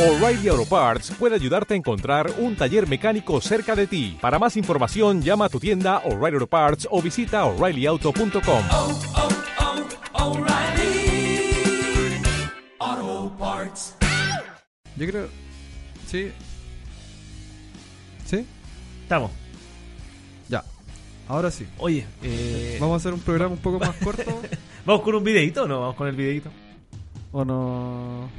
O'Reilly Auto Parts puede ayudarte a encontrar un taller mecánico cerca de ti. Para más información, llama a tu tienda O'Reilly Auto Parts o visita oreillyauto.com. oh, oh, O'Reilly. Auto parts. Yo creo. Sí. ¿Sí? Estamos. Ya. Ahora sí. Oye, eh, Vamos a hacer un programa un poco más corto. ¿vamos con un videito o no? Vamos con el videito. ¿O no?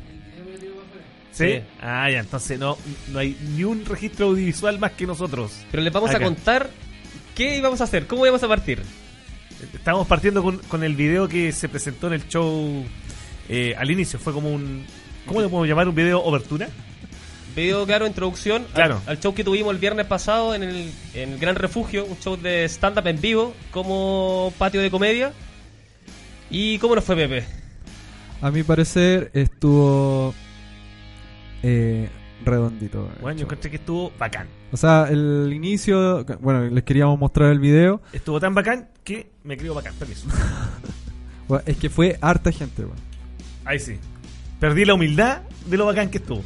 ¿Sí? Ah, ya, entonces no, no hay ni un registro audiovisual más que nosotros. Pero les vamos Acá. a contar qué íbamos a hacer, cómo íbamos a partir. Estamos partiendo con, con el video que se presentó en el show eh, al inicio. Fue como un. ¿Cómo le podemos llamar? ¿Un video obertura? Video, claro, introducción al- Claro. Al, show que tuvimos el viernes pasado en el, en el Gran Refugio, un show de stand-up en vivo como patio de comedia. ¿Y cómo nos fue, Pepe? A mi parecer estuvo. eh, redondito. Bueno, el yo show. encontré que estuvo bacán. O sea, el inicio. Bueno, les queríamos mostrar el video. Estuvo tan bacán que me creo bacán. Permiso. Bueno, es que fue harta gente, bueno. Ahí sí. Perdí la humildad de lo bacán que estuvo.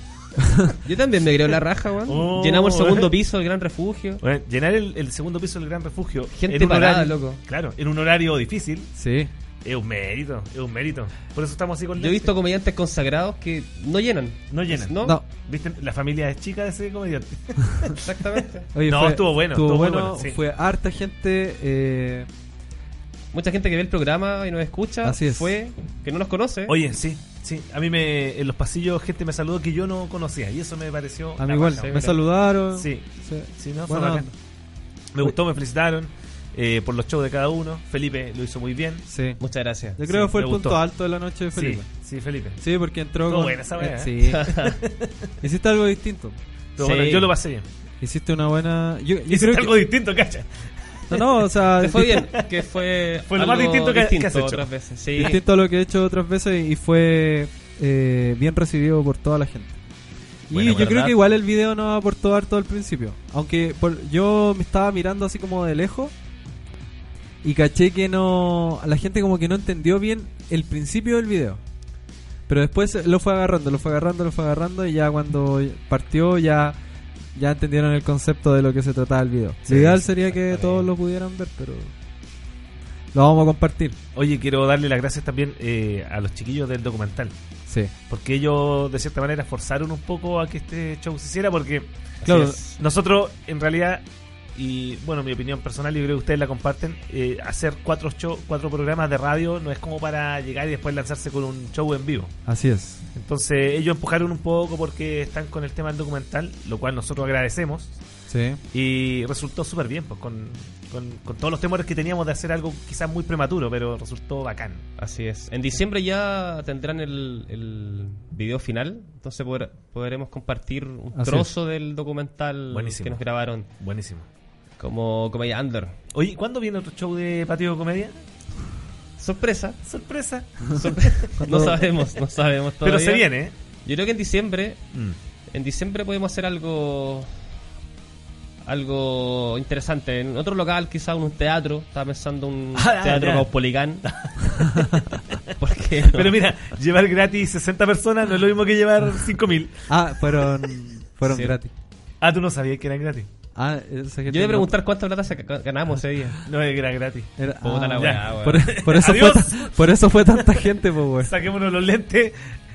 Yo también me creo la raja, weón. Oh, Llenamos el segundo eh. piso del Gran Refugio. Bueno, llenar el, el segundo piso del Gran Refugio. Gente en un parada, horario- loco. Claro, en un horario difícil. Sí. Es un mérito, es un mérito. Por eso estamos así con Yo he Lexi. visto comediantes consagrados que no llenan. No llenan. ¿No? No. ¿Viste? La familia es chica de ese comediante. Exactamente. Oye, No, estuvo bueno, Estuvo, estuvo muy bueno. bueno, sí. Fue harta gente. eh, Mucha gente que ve el programa y nos escucha Así es. fue que no nos conoce. Oye, sí, sí. A mí me, en los pasillos gente me saludó que yo no conocía y eso me pareció. a mí la igual. raja, Me bueno. saludaron. Sí, sí, no, fue Bueno. bacán. Me gustó, me felicitaron eh, por los shows de cada uno. Felipe lo hizo muy bien. Sí. Muchas gracias. Yo creo Sí, que fue me el gustó. punto alto de la noche de Felipe. Sí, sí, Felipe. Sí, porque entró Estuvo con... buena esa wea, eh, Sí. Hiciste algo distinto. Pero Sí. bueno, yo lo pasé bien. Hiciste una buena... Yo, yo Hiciste creo algo que... distinto, cacha. No, no, o sea... Te fue dist- bien, que fue. Fue lo algo más distinto que- que has hecho. otras veces. Sí. Distinto a lo que he hecho otras veces y fue eh, bien recibido por toda la gente. Y Bueno, yo creo ¿verdad? que igual el video nos aportó harto al principio. Aunque por- yo me estaba mirando así como de lejos y caché que no... La gente como que no entendió bien el principio del video. Pero después lo fue agarrando, lo fue agarrando, lo fue agarrando y ya cuando partió ya, ya entendieron el concepto de lo que se trataba el video. Sí, lo ideal sería que exactamente. todos lo pudieran ver, pero lo vamos a compartir. Oye, quiero darle las gracias también eh, a los chiquillos del documental. Sí. Porque ellos, de cierta manera, forzaron un poco a que este show se hiciera. Porque Claro, es. nosotros, en realidad, y bueno, mi opinión personal, y creo que ustedes la comparten, eh, hacer cuatro, show, cuatro programas de radio no es como para llegar y después lanzarse con un show en vivo. así es. Entonces, ellos empujaron un poco porque están con el tema del documental, lo cual nosotros agradecemos. Sí. Y resultó súper bien, pues con, con, con todos los temores que teníamos de hacer algo quizás muy prematuro, pero resultó bacán. Así es. En diciembre ya tendrán el, el video final, entonces poder- podremos compartir un Así trozo del documental Buenísimo. que nos grabaron Buenísimo. como Comedia Under. Oye, ¿cuándo viene otro show de Patio de Comedia? Sorpresa. Sorpresa. sorpre- Cuando- no sabemos, no sabemos todavía. Pero se viene, ¿eh? Yo creo que en diciembre, en diciembre podemos hacer algo algo interesante. En otro local, quizá en un teatro. Estaba pensando un Ah, teatro ya. caupolicán. Porque no? Pero mira, llevar gratis 60 personas no es lo mismo que llevar 5000. Ah, fueron, fueron Sí. gratis. Ah, tú no sabías que eran gratis. Ah, esa gente yo voy no- a preguntar cuánta plata saca- ganamos ese día. No es que era gratis. Era- Puta la ah, weá, weón. por, por eso fue Adiós. ta- por eso fue tanta gente, pues, weón. Saquémonos los lentes.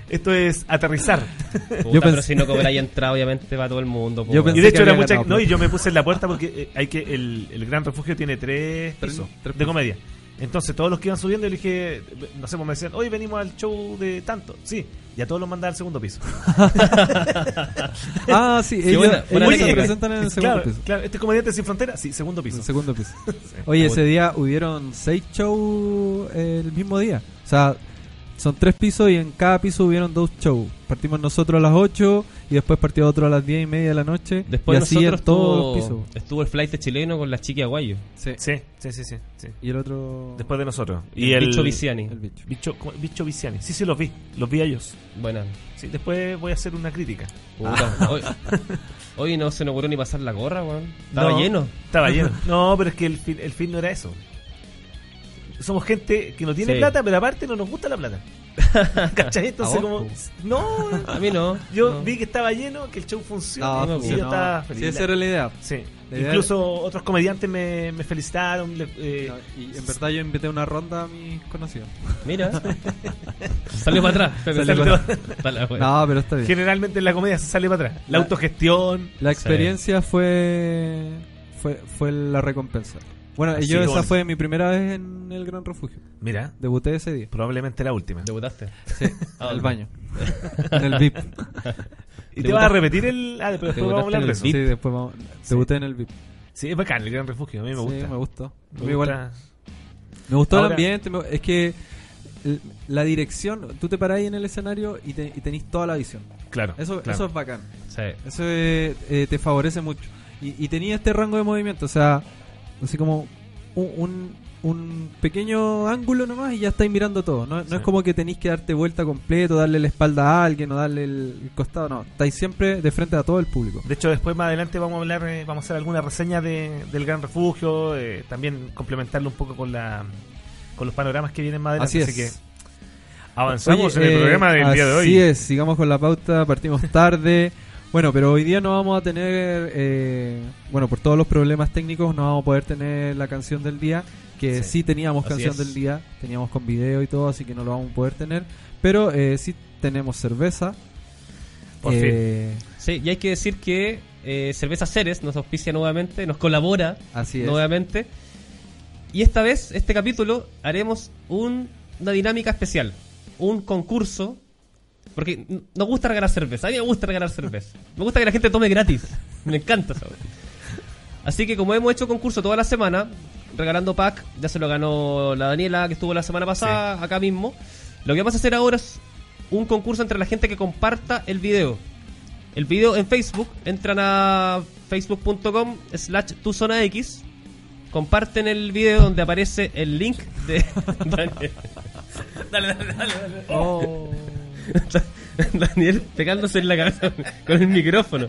Esto es aterrizar. Puta, Yo pero pensé- si no cobráis entrada, obviamente va todo el mundo. po, Yo weón. Y pensé- de hecho que era había mucha. ganado No, y plata. yo me puse en la puerta porque eh, hay que el, el Gran Refugio tiene tres Tres- pisos tres de comedia. Entonces todos los que iban subiendo, yo le dije, no sé, pues me decían, hoy venimos al show de tanto. Sí, y a todos los mandaba al segundo piso. Ah, sí, ellos, buena- buena ellos se técnica. presentan en el segundo claro, piso. claro, este comediante sin fronteras, sí, segundo En piso. el segundo piso. Oye, ese día hubieron seis shows el mismo día. O sea, son tres pisos y en cada piso hubieron dos shows. Partimos nosotros a las 8 y después partió otro a las diez y media de la noche. Después y así nosotros en todos estuvo, los pisos. estuvo el flight chileno con la chica aguayo. Sí. Sí, sí, sí, sí, sí. Y el otro... Después de nosotros. Y el bicho Viciani. El bicho. Bicho, ¿cómo? bicho Viciani. Sí, sí, los vi. Los vi a ellos. Buena. Sí, después voy a hacer una crítica. Puta, Hoy, hoy no se nos ocurrió ni pasar la gorra, weón. Estaba No, lleno. Estaba lleno. No, pero es que el fin, el fin no era eso. Somos gente que no tiene Sí. plata, pero aparte no nos gusta la plata. ¿Cachai? Entonces, ¿A vos, como. po? No, A mí no. yo no. Ah, vi que estaba lleno, que el show funciona. No, y yo no. estaba feliz. Sí, esa era la idea. Sí. La idea Incluso otros comediantes me, me felicitaron. le- eh, No, y en verdad yo invité a una ronda a mis conocidos. Mira. Salió para atrás. pero Salió salió- para para la wea. No, pero está bien. Generalmente en la comedia se sale para atrás. La Ah. La- autogestión. La experiencia fue, fue fue la recompensa. Bueno, Así y yo que esa bueno. fue mi primera vez en el Gran Refugio. Mira, Debuté ese día. probablemente la última. Debutaste. Sí, Ah, al bueno. baño. en el VIP. ¿Y te ¿Debutaste vas a repetir el.? Ah, después, después ¿Debutaste vamos a hablar en de el eso. Sí, Sí. después vamos. Debuté en el VIP. es bacán el gran refugio. A mí me gusta. Sí, me gustó. Me A mí igual. gusta. Me gustó Ahora- el ambiente, me- es que el- la dirección, tú te parás ahí en el escenario y, te- y tenés toda la visión. Claro. Eso, claro. eso es bacán. Sí. Eso eh, eh, te favorece mucho. Y, y tenía este rango de movimiento, o sea, así como un, un- un pequeño ángulo nomás y ya estáis mirando todo. No, no Sí. es como que tenéis que darte vuelta completo, darle la espalda a alguien o darle el, el costado, no. Estáis siempre de frente a todo el público. De hecho, después más adelante vamos a hablar, eh, vamos a hacer alguna reseña de- del Gran Refugio, eh, también complementarlo un poco con la con los panoramas que vienen más adelante. Así Así, es. que avanzamos Oye, en el eh, programa del día de hoy. Así es, sigamos con la pauta, partimos tarde. bueno, pero hoy día no vamos a tener, eh, bueno, por todos los problemas técnicos no vamos a poder tener la canción del día, que sí, Sí, teníamos así canción es. del día, teníamos con video y todo, así que no lo vamos a poder tener, pero eh, sí tenemos cerveza. Por Eh, Sí, y hay que decir que eh, Cerveza Ceres nos auspicia nuevamente, nos colabora Así es. nuevamente. Y esta vez, este capítulo, haremos un- una dinámica especial, un concurso, porque n- nos gusta regalar cerveza, a mí me gusta regalar cerveza, me gusta que la gente tome gratis, me encanta esa wea. Así que como hemos hecho concurso toda la semana, regalando pack, ya se lo ganó la Daniela que estuvo la semana pasada acá mismo, lo que vamos a hacer ahora es un concurso entre la gente que comparta el video. El video en Facebook, entran a facebook.com slash tu zona X, comparten el video donde aparece el link de... Daniel. dale, dale, dale. dale. oh, Daniel pegándose en la cabeza con el micrófono.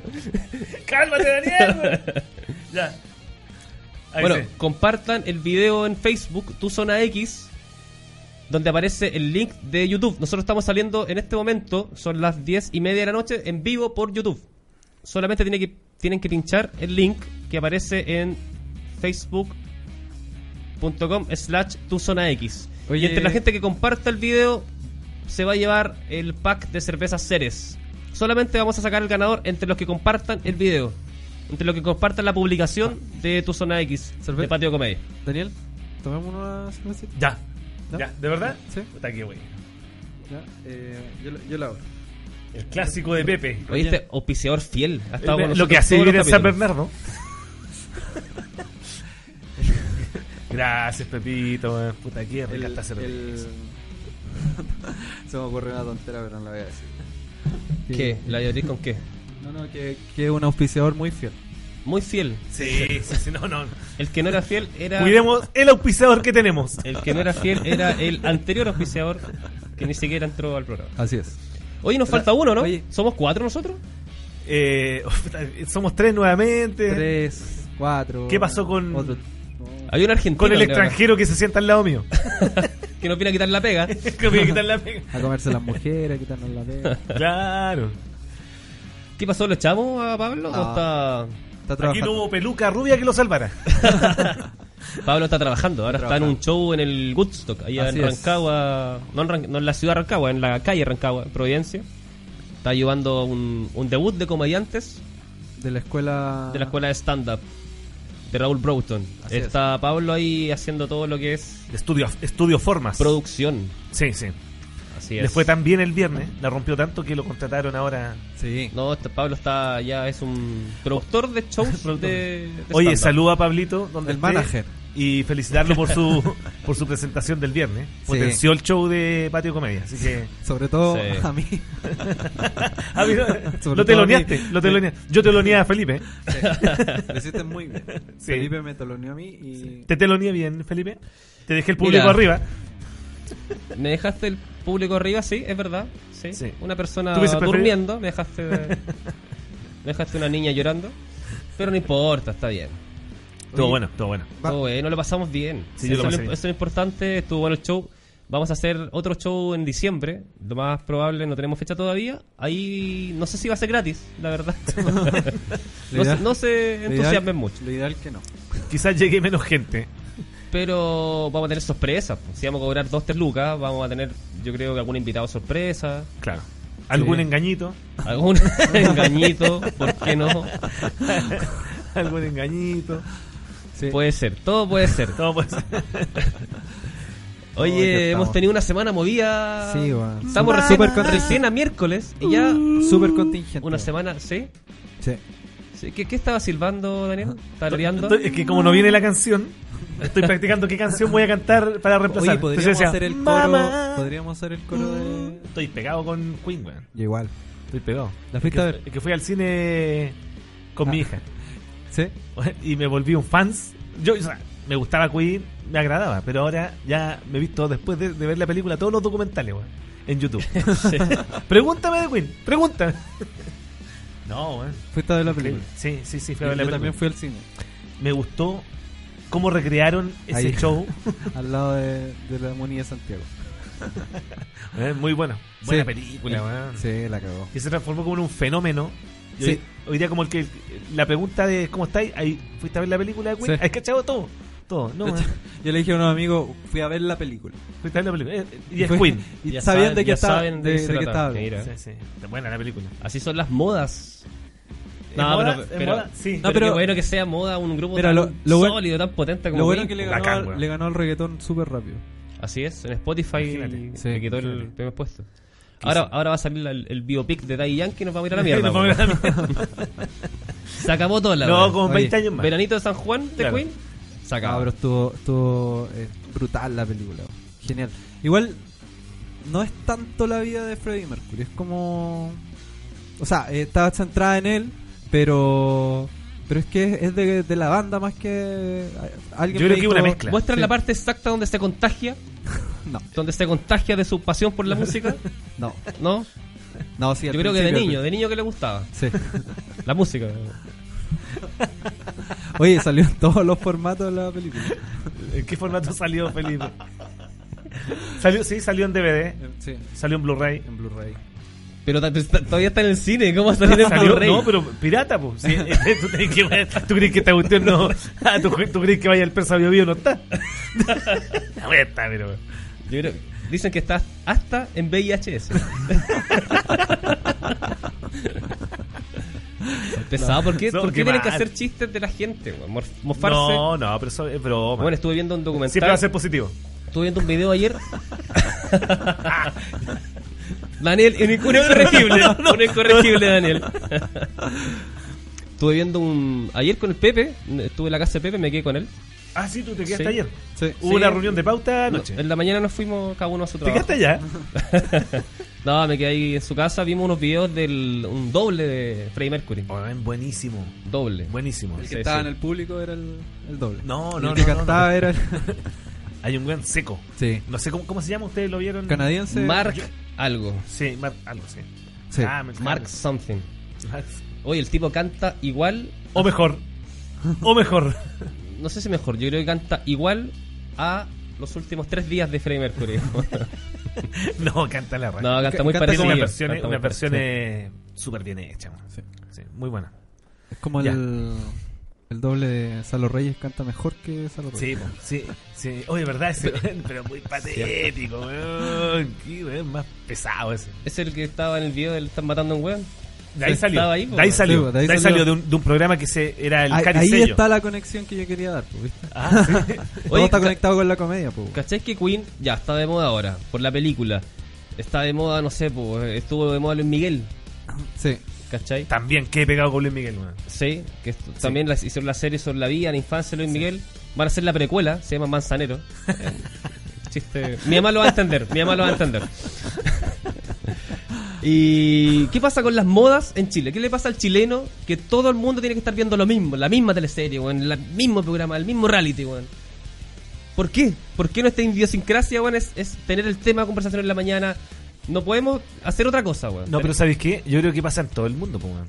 ¡Cálmate, Daniel! ya. Ahí bueno, sí. compartan el video en Facebook, tu zona X, donde aparece el link de YouTube. Nosotros estamos saliendo en este momento, son las 10 y media de la noche, en vivo por YouTube. Solamente tiene que, tienen que pinchar el link que aparece en facebook.com slash tu zona X. Oye. Y entre la gente que comparta el video se va a llevar el pack de cervezas Ceres. Solamente vamos a sacar el ganador entre los que compartan el video. Entre los que compartan la publicación de tu zona X, Cerve- de Patio Comedia. Daniel, tomemos una cerveza. Ya. ¿Ya? Ya, ¿de verdad? Sí. Puta, qué güey. Ya, eh, yo, la- yo la hago. El clásico de Pepe. Oye, este auspiciador fiel ha estado con Eh, Lo que nosotros hace todos vivir en los San capítulos. Bernardo. Gracias, Pepito. weón. Puta, qué rica esta cerveza. Se me ocurre una tontera, pero no la voy a decir. ¿Qué? ¿La Yorick con qué? No, no, que que es un auspiciador muy fiel. Muy fiel. Sí, sí, sí, no, no. El que no era fiel era. Cuidemos el auspiciador que tenemos. El que no era fiel era el anterior auspiciador que ni siquiera entró al programa. Así es. Oye, nos falta uno, ¿no? Oye. ¿Somos cuatro nosotros? Eh, somos tres nuevamente. Tres, cuatro. ¿Qué pasó con- otro? Hay un argentino. Con el creo, extranjero que se sienta al lado mío. ahora, Que nos viene a quitar la pega. Que voy a quitar la pega. A comerse las mujeres, a quitarnos la pega. Claro. ¿Qué pasó? ¿Lo echamos a Pablo? ¿O Ah. está.? Está Aquí no trabajando. hubo peluca rubia que lo salvara. Pablo está trabajando, ahora está en un show en el Woodstock, allá Así en es. Rancagua, no en, Ran- no en la ciudad de Rancagua, en la calle Rancagua, en Providencia. Está llevando un, un debut de comediantes De la escuela. de la escuela de stand-up de Raúl Broughton. Ah. Así es. está Pablo ahí haciendo todo lo que es Estudio, estudio Formas. producción. sí, sí. Así Le es. fue tan bien el viernes. La rompió tanto que lo contrataron ahora. Sí. No, este Pablo está ya es un productor de shows de, de Oye, stand-up. saluda a Pablito. Donde El esté, manager. Y felicitarlo por su por su presentación del viernes. Potenció el show de Patio Comedia. Así que. Sobre todo Sí. a mí. A mí- todo lo teloneaste. a mí. Lo teloneaste. Yo teloneé a Felipe. Lo hiciste muy bien. Sí. Felipe me taloneó a mí y. Te teloneé bien, Felipe. Te dejé el público Mira. arriba. Me dejaste el público arriba, sí, es verdad. Sí. Sí. Una persona ¿Tú hubieses preferido? durmiendo, me dejaste, me dejaste una niña llorando. Pero no importa, está bien. Estuvo bueno, estuvo bueno. Va- Todo bueno, lo pasamos bien. Sí, yo eso, lo es pasé lo, bien. eso es lo importante, estuvo bueno el show. Vamos a hacer otro show en diciembre. Lo más probable, no tenemos fecha todavía. Ahí no sé si va a ser gratis, la verdad. no, se- no se Lo entusiasmen ideal- mucho. Lo ideal que no. Quizás llegue menos gente. Pero vamos a tener sorpresas. pues. Si vamos a cobrar dos, tres lucas, vamos a tener, yo creo que algún invitado sorpresa, Claro. Algún Sí. engañito. algún engañito, ¿por qué no? Algún engañito. Sí. Puede ser, todo puede ser. No, pues, Oye, Oh, ya hemos estamos. tenido una semana movida. Sí, weón. Estamos Súper- recién, súper contra- recién a miércoles y ya ah, Súper contingente. una semana, ¿sí? Sí. ¿Sí? ¿Qué, qué estaba silbando, Daniel? ¿Estaba loreando? estoy- es que como no viene la canción, estoy practicando qué canción voy a cantar para reemplazar. Oye, Entonces podríamos decía, hacer el coro. "Mamá". Podríamos hacer el coro de. Estoy pegado con Queen, weón. Y igual. Estoy pegado. ¿La fuiste a Es que, ver? Ah. es que fui al cine con mi hija Sí. y me volví un fans. Yo, o sea, me gustaba Queen, me agradaba, pero ahora ya me he visto después de, de ver la película todos los documentales, weón, en YouTube. Pregúntame de Queen, pregúntame. No, weón. Fuiste a ver la película. Sí, sí, sí, fui a Yo ver la película. también fui al cine. Me gustó cómo recrearon ese Ahí. show. Al lado de, de la Muni de Santiago. Eh, Muy bueno. Buena Sí. película, weón. Sí, la cagó. que se transformó como en un fenómeno. Y Sí. hoy, hoy día como el que la pregunta de ¿cómo estáis? Ahí fuiste a ver la película de Queen, Sí. has cachado todo, todo, no, eh, Yo le dije a unos amigos, fui a ver la película. fuiste a ver la película eh, y es Fue- Queen. Y Ya sabían saben- de qué ya estaba. saben de qué se de qué trata, estaba que hablando. era. Sí, sí, está buena la película. Así son las modas. ¿Es No, moda? pero- ¿Es pero- moda? sí. No, pero, pero- qué bueno que sea moda un grupo Mira, tan lo- lo bueno- sólido, tan potente como Lo bueno es Queen. que le ganó, Bacán, al- weón. le ganó al reggaetón súper rápido. Así es, en Spotify Imagínate. Sí, se quitó el imagínate. primer puesto. Ahora, ahora va a salir la- el, biopic de Daddy Yankee y nos vamos a ir a la mierda. Nos vamos a ir a la mierda. Se acabó toda la no, wea. como Oye, 20 años más. Veranito de San Juan de Claro. Queen. Se acabó. Ah, pero estuvo, estuvo eh, brutal la película. weón. Genial. Igual, no es tanto la vida de Freddie Mercury, es como. O sea, eh, está centrada en él, pero. Pero es que es de, de la banda más que. a- Alguien Yo me creo que dijo- una mezcla. Muestran Sí. la parte exacta donde se contagia, No, donde se contagia de su pasión por la música, no, ¿no? no, sí, Yo al creo que de principio- niño, de niño que le gustaba. Sí. La música. Oye, salió en todos los formatos la película. ¿En qué formato salió Felipe? salió, sí, salió en DVD, Sí, salió en Blu-ray. en Blu-ray. Pero ta- ta- todavía está en el cine, ¿cómo va a salir en Salió- Blu-ray? no, pero pirata, pues. Sí, ¿tú, tenés que- tú crees que esta cuestión no. Ah, ¿tú, tú crees que vaya el persa bio no está. No voy a estar, pero. Yo creo- dicen que está hasta en VIHS. Pesado, ¿por qué, No, por qué qué tienen que mal. hacer chistes de la gente? weón? Morf- Mofarse. No, no, pero eso es broma. Bueno, estuve viendo un documental. Siempre va a ser positivo. Estuve viendo un video ayer. Daniel, un inc- un incorregible. un incorregible, Daniel. estuve viendo un. Ayer con el Pepe. Estuve en la casa de Pepe, me quedé con él. Ah, sí, tú te quedaste Sí. ayer. Sí. Hubo Sí. una reunión de pauta anoche. En la mañana nos fuimos cada uno a su ¿Te trabajo. quedaste allá? no, me quedé ahí en su casa. Vimos unos videos del. Un doble de Freddie Mercury. Oh, buenísimo. Doble. Buenísimo. El que Sí, estaba sí. en el público era el, el doble. No, Y no, El que no, no, cantaba no. era el Hay un buen seco. Sí. No sé cómo, cómo se llama, ustedes lo vieron. canadiense. Mark algo. Sí, Mark, algo, sí. Sí. Ah, me- Mark something. Mark. Oye, el tipo canta igual. O mejor. O mejor. No sé si mejor, yo creo que canta igual a los últimos tres días de Freddie Mercury. No, canta la raja. No, canta muy Canta parecido. Tengo unas sí, versiones Canta una muy versión parecido. súper bien hecha. man. Sí. Sí, muy buena. Es como Ya. el, el doble de Salo Reyes canta mejor que Salo Sí, Reyes. po, sí, sí. Oye, ¿verdad? Ese, weón, pero muy patético, weón. Qué weón más pesado ese. Es el que estaba en el video del Están matando a un weón. De ahí Sí, salió. estaba ahí, po, de ahí weón. salió. Sí, po, de ahí salió, de, un, de un programa que se, era el Ahí, ahí caricello. está la conexión que yo quería dar. pues, ¿viste? Ah, sí. Todo está ca- conectado con la comedia. pues. ¿Cacháis que Queen ya está de moda ahora? Por la película. Está de moda, no sé, po, estuvo de moda Luis Miguel. Sí. ¿Cachai? También, qué pegado con Luis Miguel, weón. Sí, que esto- también las- hicieron la serie sobre la vida, la infancia de Luis Miguel. Van a hacer la precuela, se llama Manzanero. Chiste. Mi mamá lo va a entender, mi mamá lo va a entender. ¿Y qué pasa con las modas en Chile? ¿Qué le pasa al chileno que todo el mundo tiene que estar viendo lo mismo? La misma teleserie, weón, el mismo programa, el mismo reality, weón. ¿Por qué? ¿Por qué nuestra idiosincrasia, weón, es, es tener el tema de conversación en la mañana? No podemos hacer otra cosa, weón. No, pero ¿sabéis qué? Yo creo que pasa en todo el mundo, po, weón.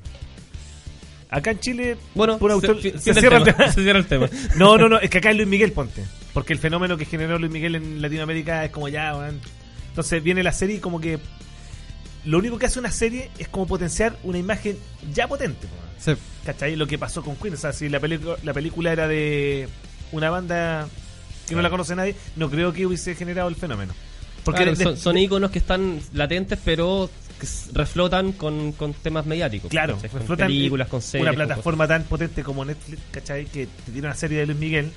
Acá en Chile, bueno, por se, autor- fi- fin se del cierra el tema, tema. se cierra el tema. No, no, no, es que acá es Luis Miguel Ponte. Porque el fenómeno que generó Luis Miguel en Latinoamérica es como ya, weón. Entonces viene la serie y como que. Lo único que hace una serie es como potenciar una imagen ya potente, weón. Sí. ¿Cachai? Lo que pasó con Queen. O sea, si la, pelicu- la película era de una banda que no la conoce nadie, no creo que hubiese generado el fenómeno. Porque Claro, de- son, son íconos que están latentes, pero que s- reflotan con, con temas mediáticos. Claro, ¿cachai? con reflotan películas, con series. una con plataforma tan potente como Netflix, ¿cachai? Que te tiene una serie de Luis Miguel.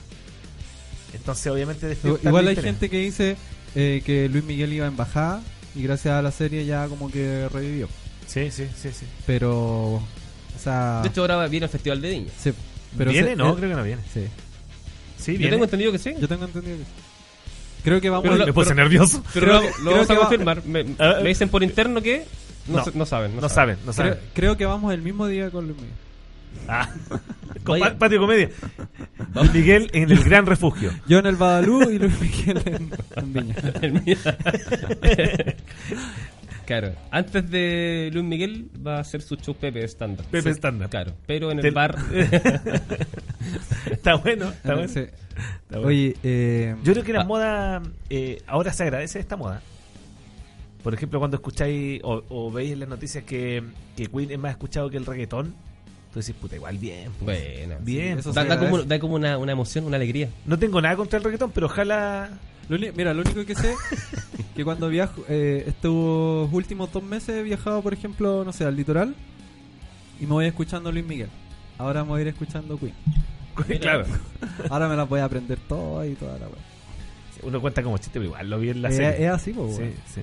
Entonces, obviamente, despierta Igual el hay interés. gente que dice eh, que Luis Miguel iba en bajada y gracias a la serie ya como que revivió. Sí, sí, sí. sí. Pero, o sea, cosas. De hecho, ahora viene el Festival de Viña. sí, pero ¿Viene? se- no, eh, creo que no viene. sí. Sí, Yo viene. tengo entendido que sí. Yo tengo entendido que sí. Creo que vamos Pero a- la- Me puse nervioso. pero creo lo, que- lo creo vamos que a va- confirmar. Me, Ah, me dicen por interno que no, no. se- no saben. No, No saben, no creo, saben. creo que vamos el mismo día con Luis Miguel. Ah, con Vaya. pa- patio comedia. Luis Miguel en el gran refugio. Yo en el Badalú y Luis Miguel en, en Viña. claro. Antes de Luis Miguel va a hacer su show Pepe estándar. Pepe estándar. Claro, pero en el Del- bar. eh, Está bueno, está bueno. Sí. Está bueno. Oye, eh, Yo creo que la Ah. moda. eh, ahora se agradece esta moda. Por ejemplo, cuando escucháis o, o veis en las noticias que, que Queen es más escuchado que el reggaetón, tú decís, puta, igual bien. pues. bueno. Bien. eso pues. Da, se da como, agradece. da como una, una emoción, una alegría. No tengo nada contra el reggaetón, pero ojalá. Lo uni- mira, lo único que sé que cuando viajo, eh, estos últimos dos meses he viajado, por ejemplo, no sé, al litoral y me voy escuchando Luis Miguel. Ahora me voy a ir escuchando Queen. claro. Ahora me las voy a aprender todas y toda la wea. Uno cuenta como chiste, pero igual lo vi en la Eh, serie. es así, po, Sí, weón. sí.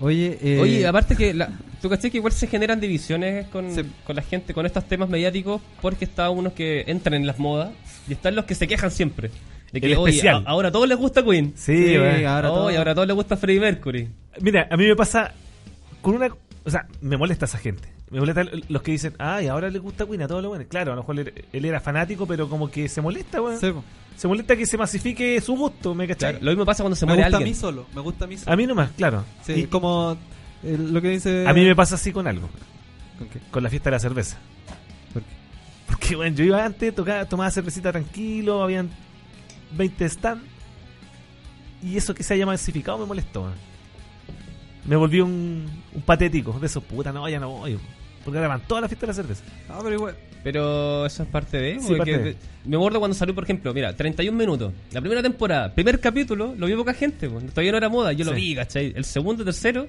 Oye, eh, Oye, aparte que la, tú caché que igual se generan divisiones con, Sí. con la gente, con estos temas mediáticos, porque está unos que entran en las modas y están los que se quejan siempre. De que, El oye, especial. a- ahora a todos les gusta Queen. Sí, Sí, weón. ahora Ahora todo- ahora a todos les gusta Freddie Mercury. Mira, a mí me pasa con una. O sea, me molesta esa gente. Me molesta el- los que dicen, ay, ahora le gusta Queen a todos los buenos. Claro, a lo mejor él, él era fanático, pero como que se molesta, weón. sí, po. Se molesta que se masifique su gusto, ¿me cachai? Claro, Lo mismo pasa cuando se me muere gusta a alguien. mí solo, me gusta a mí solo. A mí nomás, claro. Sí, Y como eh, lo que dice... A mí me pasa así con algo, ¿Con qué? con la fiesta de la cerveza. ¿Por qué? Porque, bueno, yo iba antes, tocaba, tomaba cervecita tranquilo, habían 20 stand. Y eso que se haya masificado me molestó. weón. Me volví un, un patético de esos, puta, no, ya no voy. Porque ahora van todas las fiestas de la cerveza. Eh, Ah, pero igual... Pero eso es parte de. Sí, porque parte de. te- Me acuerdo cuando salió, por ejemplo, mira, 31 minutos. La primera temporada, primer capítulo, lo vio poca gente. po. Todavía no era moda, yo lo Sí. vi, ¿cachai? El segundo, tercero,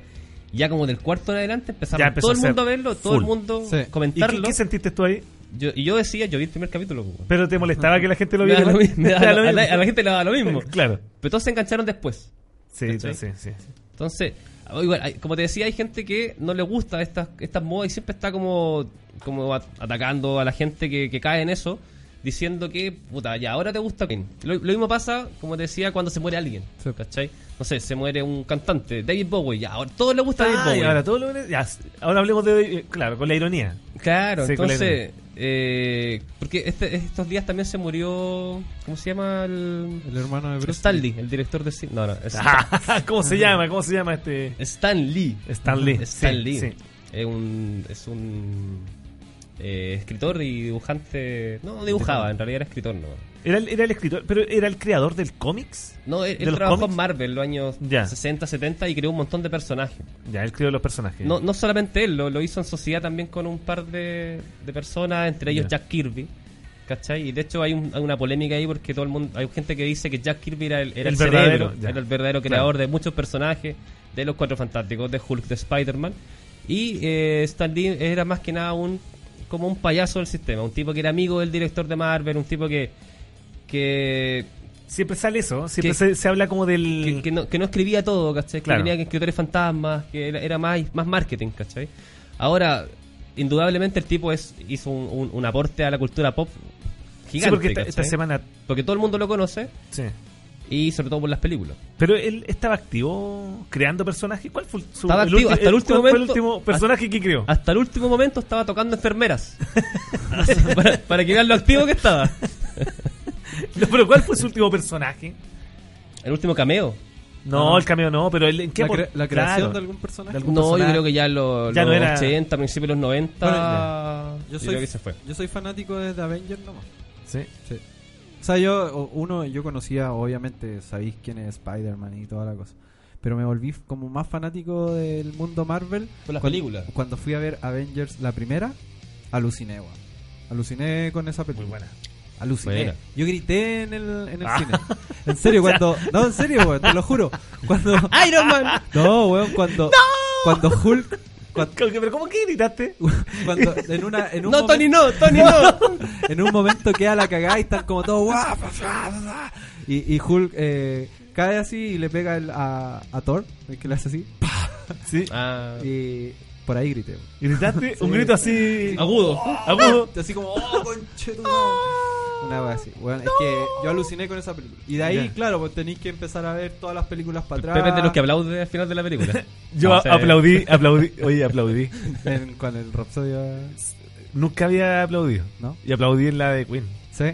ya como del cuarto en Ya adelante empezaron empezó todo el a ser mundo a verlo, todo el full. mundo Sí. ¿Y qué, comentarlo. qué sentiste tú ahí? Yo, y yo decía, yo vi el primer capítulo. po, weón. ¿Pero te molestaba que la gente lo Me da viera? lo mismo, me da Te da lo lo- a, la, mismo. a la gente le daba lo mismo. Pero Claro. todos se engancharon después. Sí, sí, ¿Cachai? sí, sí. Entonces, ah, igual, hay- como te decía, hay gente que no le gusta estas, estas modas y siempre está como, como at- atacando a la gente que, que cae en eso, diciendo que, puta, ya, ahora te gusta Queen. Lo, lo mismo pasa, como te decía, cuando se muere alguien, Sí. ¿cachai? No sé, se muere un cantante, David Bowie, ya, ahora todos le gusta David Ah, y Bowie. ahora, todo lo- ya, ahora hablemos de... eh, Claro, con la ironía. Claro, Sí, con la entonces, eh, porque este- estos días también se murió, ¿cómo se llama? El, El hermano de Bruce. Stanley, el director de cine. No, no, es- Ah. ¿Cómo se llama? ¿Cómo se llama este...? Stan Lee. Stan Lee, Stan sí, Lee. sí. Es un, es un eh, escritor y dibujante. No, no dibujaba, en realidad era escritor, no. Era el, era el escritor, pero era el creador del cómics. No, él, ¿De él los trabajó cómics? en Marvel los años Ya. 60, 70 y creó un montón de personajes. Ya, él creó los personajes. No, no solamente él, lo, lo hizo en sociedad también con un par de, de personas, entre ellos Ya. Jack Kirby. ¿Cachai? Y de hecho hay, un- hay una polémica ahí porque todo el mundo, hay gente que dice que Jack Kirby era el, era El el verdadero, cerebro, ya. era el verdadero Claro. creador de muchos personajes, de los Cuatro Fantásticos, de Hulk, de Spider-Man. Y eh, Stan Lee era más que nada un como un payaso del sistema, un tipo que era amigo del director de Marvel, un tipo que que, Siempre sale eso, siempre Que- se, se habla como del... que, que no, que no escribía todo, ¿cachai? Mm. Claro. Que tenía que escritores fantasmas, que era, era más, más marketing, ¿cachai? Ahora, indudablemente el tipo es, hizo un, un- un aporte a la cultura pop gigante, sí, porque esta, ¿cachai? esta semana... Porque todo el mundo lo conoce Sí. y sobre todo por las películas. Pero él estaba activo creando personajes. ¿Cuál fue su Estaba activo hasta el último cuál fue momento, último personaje que creó? Hasta el último momento estaba tocando enfermeras. para, para que vean lo activo que estaba. No, pero ¿cuál fue su último personaje? El último cameo. No, Ah. el cameo no, pero él, ¿en qué La, por- cre- la creación Claro. de algún personaje. De algún- No, yo personaje. creo que ya en los, Ya no los era- 80, principios de los 90. Bueno, yo, Yo soy, creo que se fue. yo soy fanático de The Avengers nomás. Sí. Sí. O sea, yo, o- uno, yo conocía, obviamente, sabéis quién es Spider-Man y toda la cosa. Pero me volví como más fanático del mundo Marvel. Por las cuan- películas. Cuando fui a ver Avengers la primera, aluciné, weón. Aluciné con esa película. Muy buena. Aluciné. Buena. Yo grité en el, en el Ah. cine. En serio, cuando. No, en serio, weón, te lo juro. Cuando. ¡Iron Man! No, weón, cuando. Cuando Hulk. cuan- ¿Pero pero cómo que gritaste? Cuando, en una. En un No, momen- Tony, no, Tony, no. en un momento queda la cagada y están como todos guau, fa, fa, fa, fa. y, y Hulk eh, cae así y le pega el- a, a Thor, el que le hace así, pa, Sí. Ah, y por ahí grité. Gritaste un Sí. grito así. agudo. Agudo. Así como, oh, conchetumare". Una wea así. Bueno, es que yo aluciné con esa película. Y de ahí, Ah. Ya. claro, pues tenéis que empezar a ver todas las películas para atrás. Pepe es de los que aplaude al final de la película. Yo O sea, aplaudí, aplaudí. Oye, aplaudí. En- con el ah. Rhapsodia, Nunca había aplaudido. ¿no? Y aplaudí en la de Queen. Sí.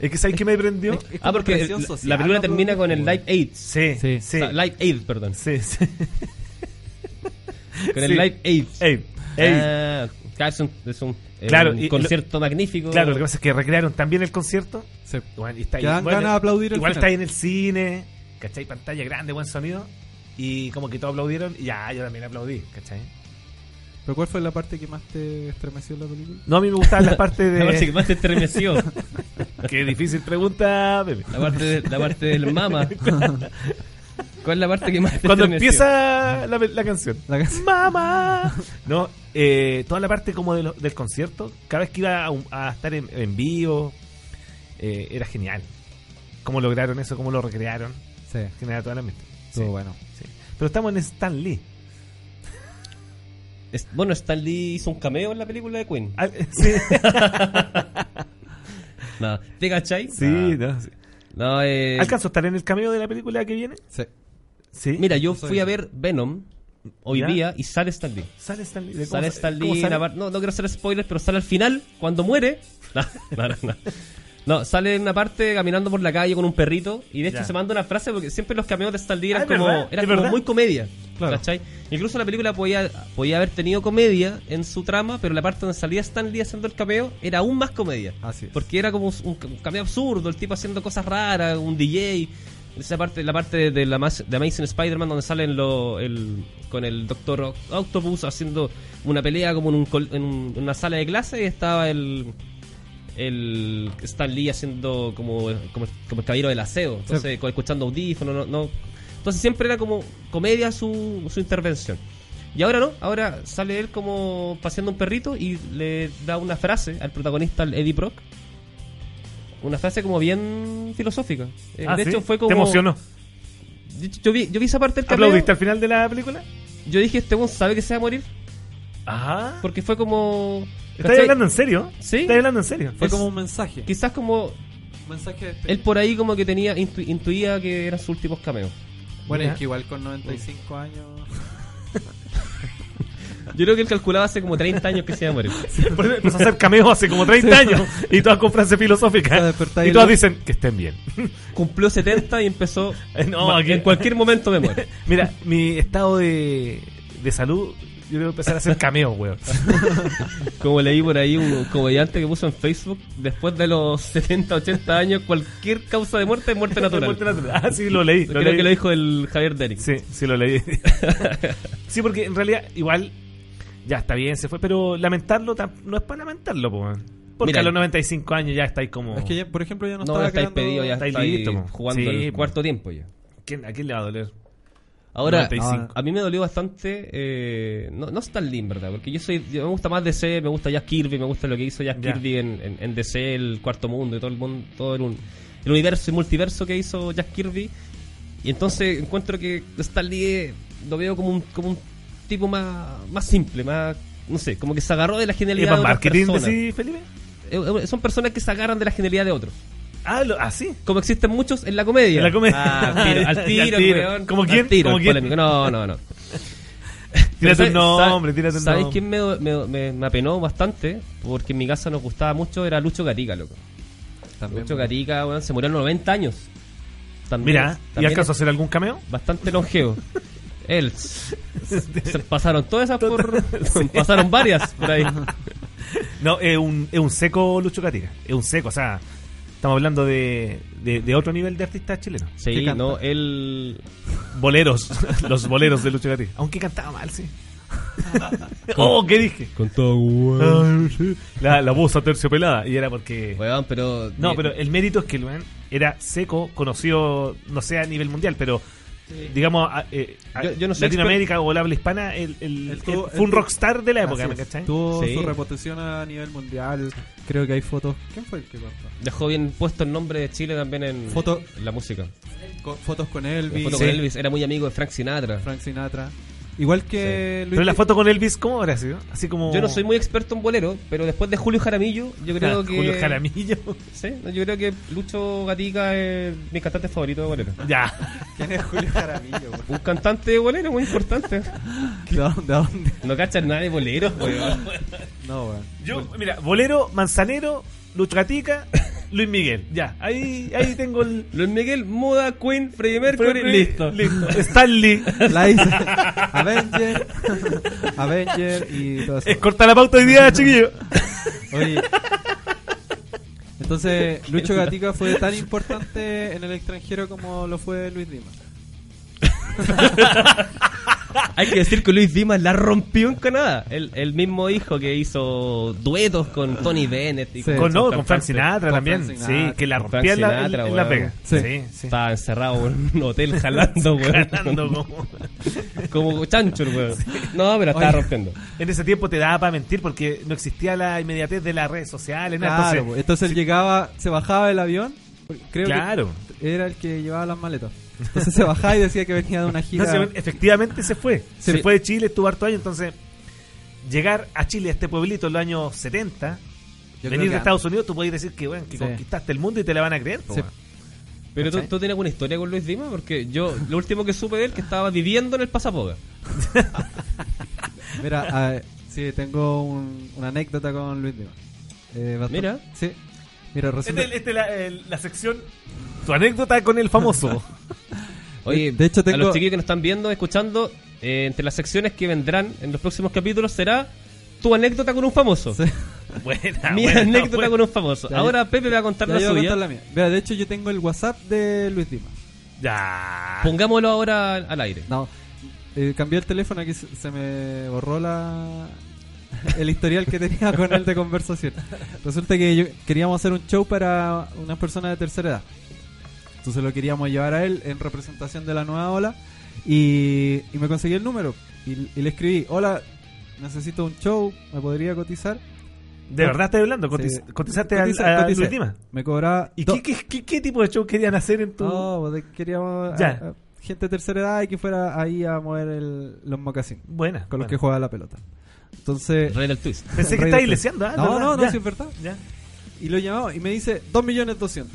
Es que ¿sabes qué me prendió? Es- es Ah, como porque el- presión la, social, la película ¿no? termina con el Live Aid. Sí, Sí. sí, sí. O sea, Ah, Live Aid, perdón. sí, sí. Con el Sí. Live Aid. Ey, ey. Ah, claro, es un, es un- eh, Claro, un y- concierto magnífico. Claro, lo que pasa es que recrearon también el concierto. Sí. Bueno, y está ahí. Que dan Bueno, ganas de aplaudir al Igual final. está ahí en el cine, ¿cachai? Pantalla grande, buen sonido. Y como que todos aplaudieron, y ya, yo también aplaudí, ¿cachai? ¿Pero cuál fue la parte que más te estremeció en la película? No, a mí me gustaban las partes La parte que de. más te estremeció. Qué difícil pregunta, Pepe. La parte, de- la parte del mama. ¿Cuál es la parte que más te Cuando estremeció? empieza la, la canción. La canción. ¡Mamá! No, eh, toda la parte como de lo- del concierto, cada vez que iba a, un- a estar en, en vivo, eh, era genial. Cómo lograron eso, cómo lo recrearon. Sí, Genial, toda la mente. Sí, estuvo bueno. sí. Pero estamos en Stan Lee. Es- bueno, Stan Lee hizo un cameo en la película de Queen. Ah, sí, No, ¿Te cachai? sí, Ah. no, sí. No, eh, ¿Alcanzo a estar en el cameo de la película que viene? Sí. Sí. Mira, yo Soy fui a yo. ver Venom hoy ¿Ya? día y sale Stan Lee. Sale Stan Lee. ¿Cómo Sale sa- Stan cómo Lee. sale? en la par- no, no quiero hacer spoilers, pero sale al final, cuando muere. No, no, no. no. No, sale en una parte caminando por la calle con un perrito y de hecho Ya. se manda una frase porque siempre los cameos de Stan Lee Ah, eran ¿es como, verdad? eran ¿Es como verdad? muy comedia. Claro. ¿cachai? Incluso la película podía, podía haber tenido comedia en su trama, pero la parte donde salía Stan Lee haciendo el cameo era aún más comedia. Así es. Porque era como un, un cameo absurdo, el tipo haciendo cosas raras, un DJ. Esa parte, la parte de, la mas- de Amazing Spider-Man donde salen lo, el, con el Doctor Octopus haciendo una pelea como en, un col- en un- en una sala de clase y estaba el, el Stan Lee haciendo como, como, como el caballero del aseo, entonces co- escuchando audífonos, no, no- entonces siempre era como comedia su, su intervención. Y ahora no, ahora sale él como paseando un perrito y le da una frase al protagonista, al Eddie Brock. Una frase como bien filosófica. Eh, Ah, de ¿sí? hecho fue como... ¿Te emocionó? Yo, yo vi, yo vi esa parte del cameo, ¿Aplaudiste al final de la película? Yo dije, este weón sabe que se va a morir. Ajá. Porque fue como... ¿Estás ¿cachai? hablando en serio? Sí. ¿Estás hablando en serio? Fue Es- como un mensaje. Quizás como Un mensaje de despedida. Él por ahí como que tenía intu- intuía que eran sus últimos cameos. Bueno, Ya. es que igual con 95 años. Yo creo que él calculaba hace como 30 años que se iba a morir. Por eso Empezó a hacer cameos hace como 30 años y todas con frases O sea, filosóficas. despertáis Y todas el- dicen que estén bien. Cumplió 70 y empezó... No, "Ma- aquí- En cualquier momento me muero. Mira, mi estado de, de salud, yo debo empezar a hacer cameos, weón. Como leí por ahí un comediante que puso en Facebook, después de los 70, 80 años, cualquier causa de muerte es muerte natural. Muerte natural. Ah, sí, lo leí. Lo creo leí. que lo dijo el Javier Derrick. Sí, sí lo leí. sí, porque en realidad igual ya está bien, se fue, pero lamentarlo tam- no es para lamentarlo, po, weón. Porque Mira, a los 95 años ya estáis como... Es que, ya, por ejemplo, ya no, No, estaba ya estáis quedando- pedido, ya estáis estáis listo, po. jugando Sí, el po. cuarto tiempo ya. ¿Quién- ¿A quién le va a doler? Ahora, 95. a mí me dolió bastante. eh, no, no Stan Lee, en ¿verdad? Porque yo soy. yo- me gusta más DC, me gusta Jack Kirby, me gusta lo que hizo Jack Ya. Kirby en, en- en DC, el cuarto mundo y todo el mundo. Todo el, un- el universo y multiverso que hizo Jack Kirby. Y entonces encuentro que Stan Lee eh, lo veo como un, como un tipo más, más simple, más. No sé, como que se agarró de la ¿Es genialidad más de otras marketing, personas. decís, Felipe? Eh, eh, Son personas que se agarran de la genialidad de otros. Ah, lo- ah, sí. Como existen muchos en la comedia. En la comedia. Ah, al tiro, al tiro, Al tiro. weón. ¿Cómo Al quién? tiro, ¿Cómo el quién? polémico. No, no, no. Pero Tírate un ¿sabes- sabes- nombre, tírate un ¿Sabes nombre. quién me, me- me- me apenó bastante? Porque en mi casa nos gustaba mucho, era Lucho Gatica, loco. También, Lucho bueno. Gatica, weón, se murió a los 90 años. También, Mira, ¿y también acaso es hacer algún cameo? Bastante longevo. Él. se pasaron todas esas por. pasaron varias por ahí. No, es un, es un seco Lucho Gatica. Es un seco, o sea, Estamos hablando de, de, de otro nivel de artistas chilenos. Sí, Que canta. no, él. Boleros, los boleros de Lucho Gatica. Aunque cantaba mal, sí. oh, ¿qué dije? Con Ah. todo, La, la voz aterciopelada. Y era porque. Weón, pero. No, pero el mérito es que el weón era seco, conocido, no sé a nivel mundial, pero digamos, a- eh, a- Yo- yo no soy Latinoamérica o el habla hispana, el, el- Él tuvo- el- fue un él- rockstar de la época, ¿me Así es. cachai? Tuvo Sí. su reputación a nivel mundial. Creo que hay fotos. ¿Quién fue el que contó? Dejó bien puesto el nombre de Chile también en, Foto- en la música. Co- fotos con La Elvis, foto con Elvis era muy amigo de Frank Sinatra. Frank Sinatra. Igual que Luis. Pero la foto con Elvis, ¿cómo habrá sido? Así como. Yo no soy muy experto en bolero, pero después de Julio Jaramillo, yo creo que. Ah, Julio Jaramillo. Sí, no, yo creo que Lucho Gatica es mi cantante favorito de bolero. ya. ¿Quién es Julio Jaramillo? por- Un cantante de bolero muy importante. ¿De dónde? ¿De dónde? No cachan nada de boleros, weón. No, weón. Yo, mira, Bolero, Manzanero, Lucho Gatica, Luis Miguel. Ya, ahí, ahí tengo el. Luis Miguel, Moda, Queen, Freddie Mercury, listo. Listo. Stanley. La hice. Avenger. Avenger y todo eso. Es corta la pauta hoy día, chiquillo. Oye. Entonces, Lucho Gatica fue tan importante en el extranjero como lo fue Luis Dimas. Hay que decir que Luis Dimas la rompió en Canadá. El, el mismo hijo que hizo duetos con Tony Bennett y Sí. Con, no, con Frank cantantes. Sinatra Con también. Frank Sinatra. Sí, que la Con rompía en la, Frank en- Sinatra, en la weón. pega. Sí. Sí, sí. Estaba encerrado en un hotel jalando, weón. Cantando como- Como chancho, el weón. No, pero estaba Oye. rompiendo. En ese tiempo te daba para mentir porque no existía la inmediatez de las redes sociales. nada. Claro, pues. Entonces, entonces él llegaba, se bajaba del avión. Creo Claro. que era el que llevaba las maletas. Entonces se bajaba y decía que venía de una no, gira. se- efectivamente se fue. Se Sí. fue de Chile, estuvo harto año. Entonces, llegar a Chile, a este pueblito en los años 70, Yo creo venir que de Estados Unidos, tú podés decir que, bueno, que Sí. conquistaste el mundo y te la van a creer. po, Sí. weón. Pero ¿tú, ¿Cachai? tú tienes alguna historia con Luis Dimas? Porque yo, lo último que supe de él, que estaba viviendo en el pasapoga. Mira, a ver, sí, tengo un- una anécdota con Luis Dimas. Eh, bastante- Mira. Sí. Mira, Esta resulta. Este es la, el- la sección, tu anécdota con el famoso. Oye, De hecho, tengo- a los chiquillos que nos están viendo, escuchando, eh, entre las secciones que vendrán en los próximos capítulos será tu anécdota con un famoso. Sí. Ah, buena, Mi buena, anécdota buena. con un famoso. Ya, Ahora Pepe va a contar Ya la yo voy a suya. contar la mía. Mira, de hecho, yo tengo el WhatsApp de Luis Dimas. Ya. Pongámoslo ahora al al aire. No, eh, cambié el teléfono, aquí se, se me borró la el historial que tenía con él de conversación. Resulta que yo, queríamos hacer un show para unas personas de tercera edad. Entonces lo queríamos llevar a él en representación de la nueva ola y, y me conseguí el número y, y le escribí, hola, necesito un show, ¿me podría cotizar? ¿De verdad estás hablando? Cotiz- Sí. ¿Cotizaste al- Cotice- a, cotice. Luis Dimas? Me cobraba... ¿Y do- qué, qué- qué- qué tipo de show querían hacer en tu...? No, pues de- queríamos Ya. a- a gente de tercera edad y que fuera ahí a mover el- los mocasines. Buena. con los que buena. juega la pelota. Entonces, Rey del twist. Pensé que Rey estaba del- ileseando. ah, no, ¿verdad? no, no, Ya. sí es verdad. Ya. Y lo llamamos y me dice 2 millones 200.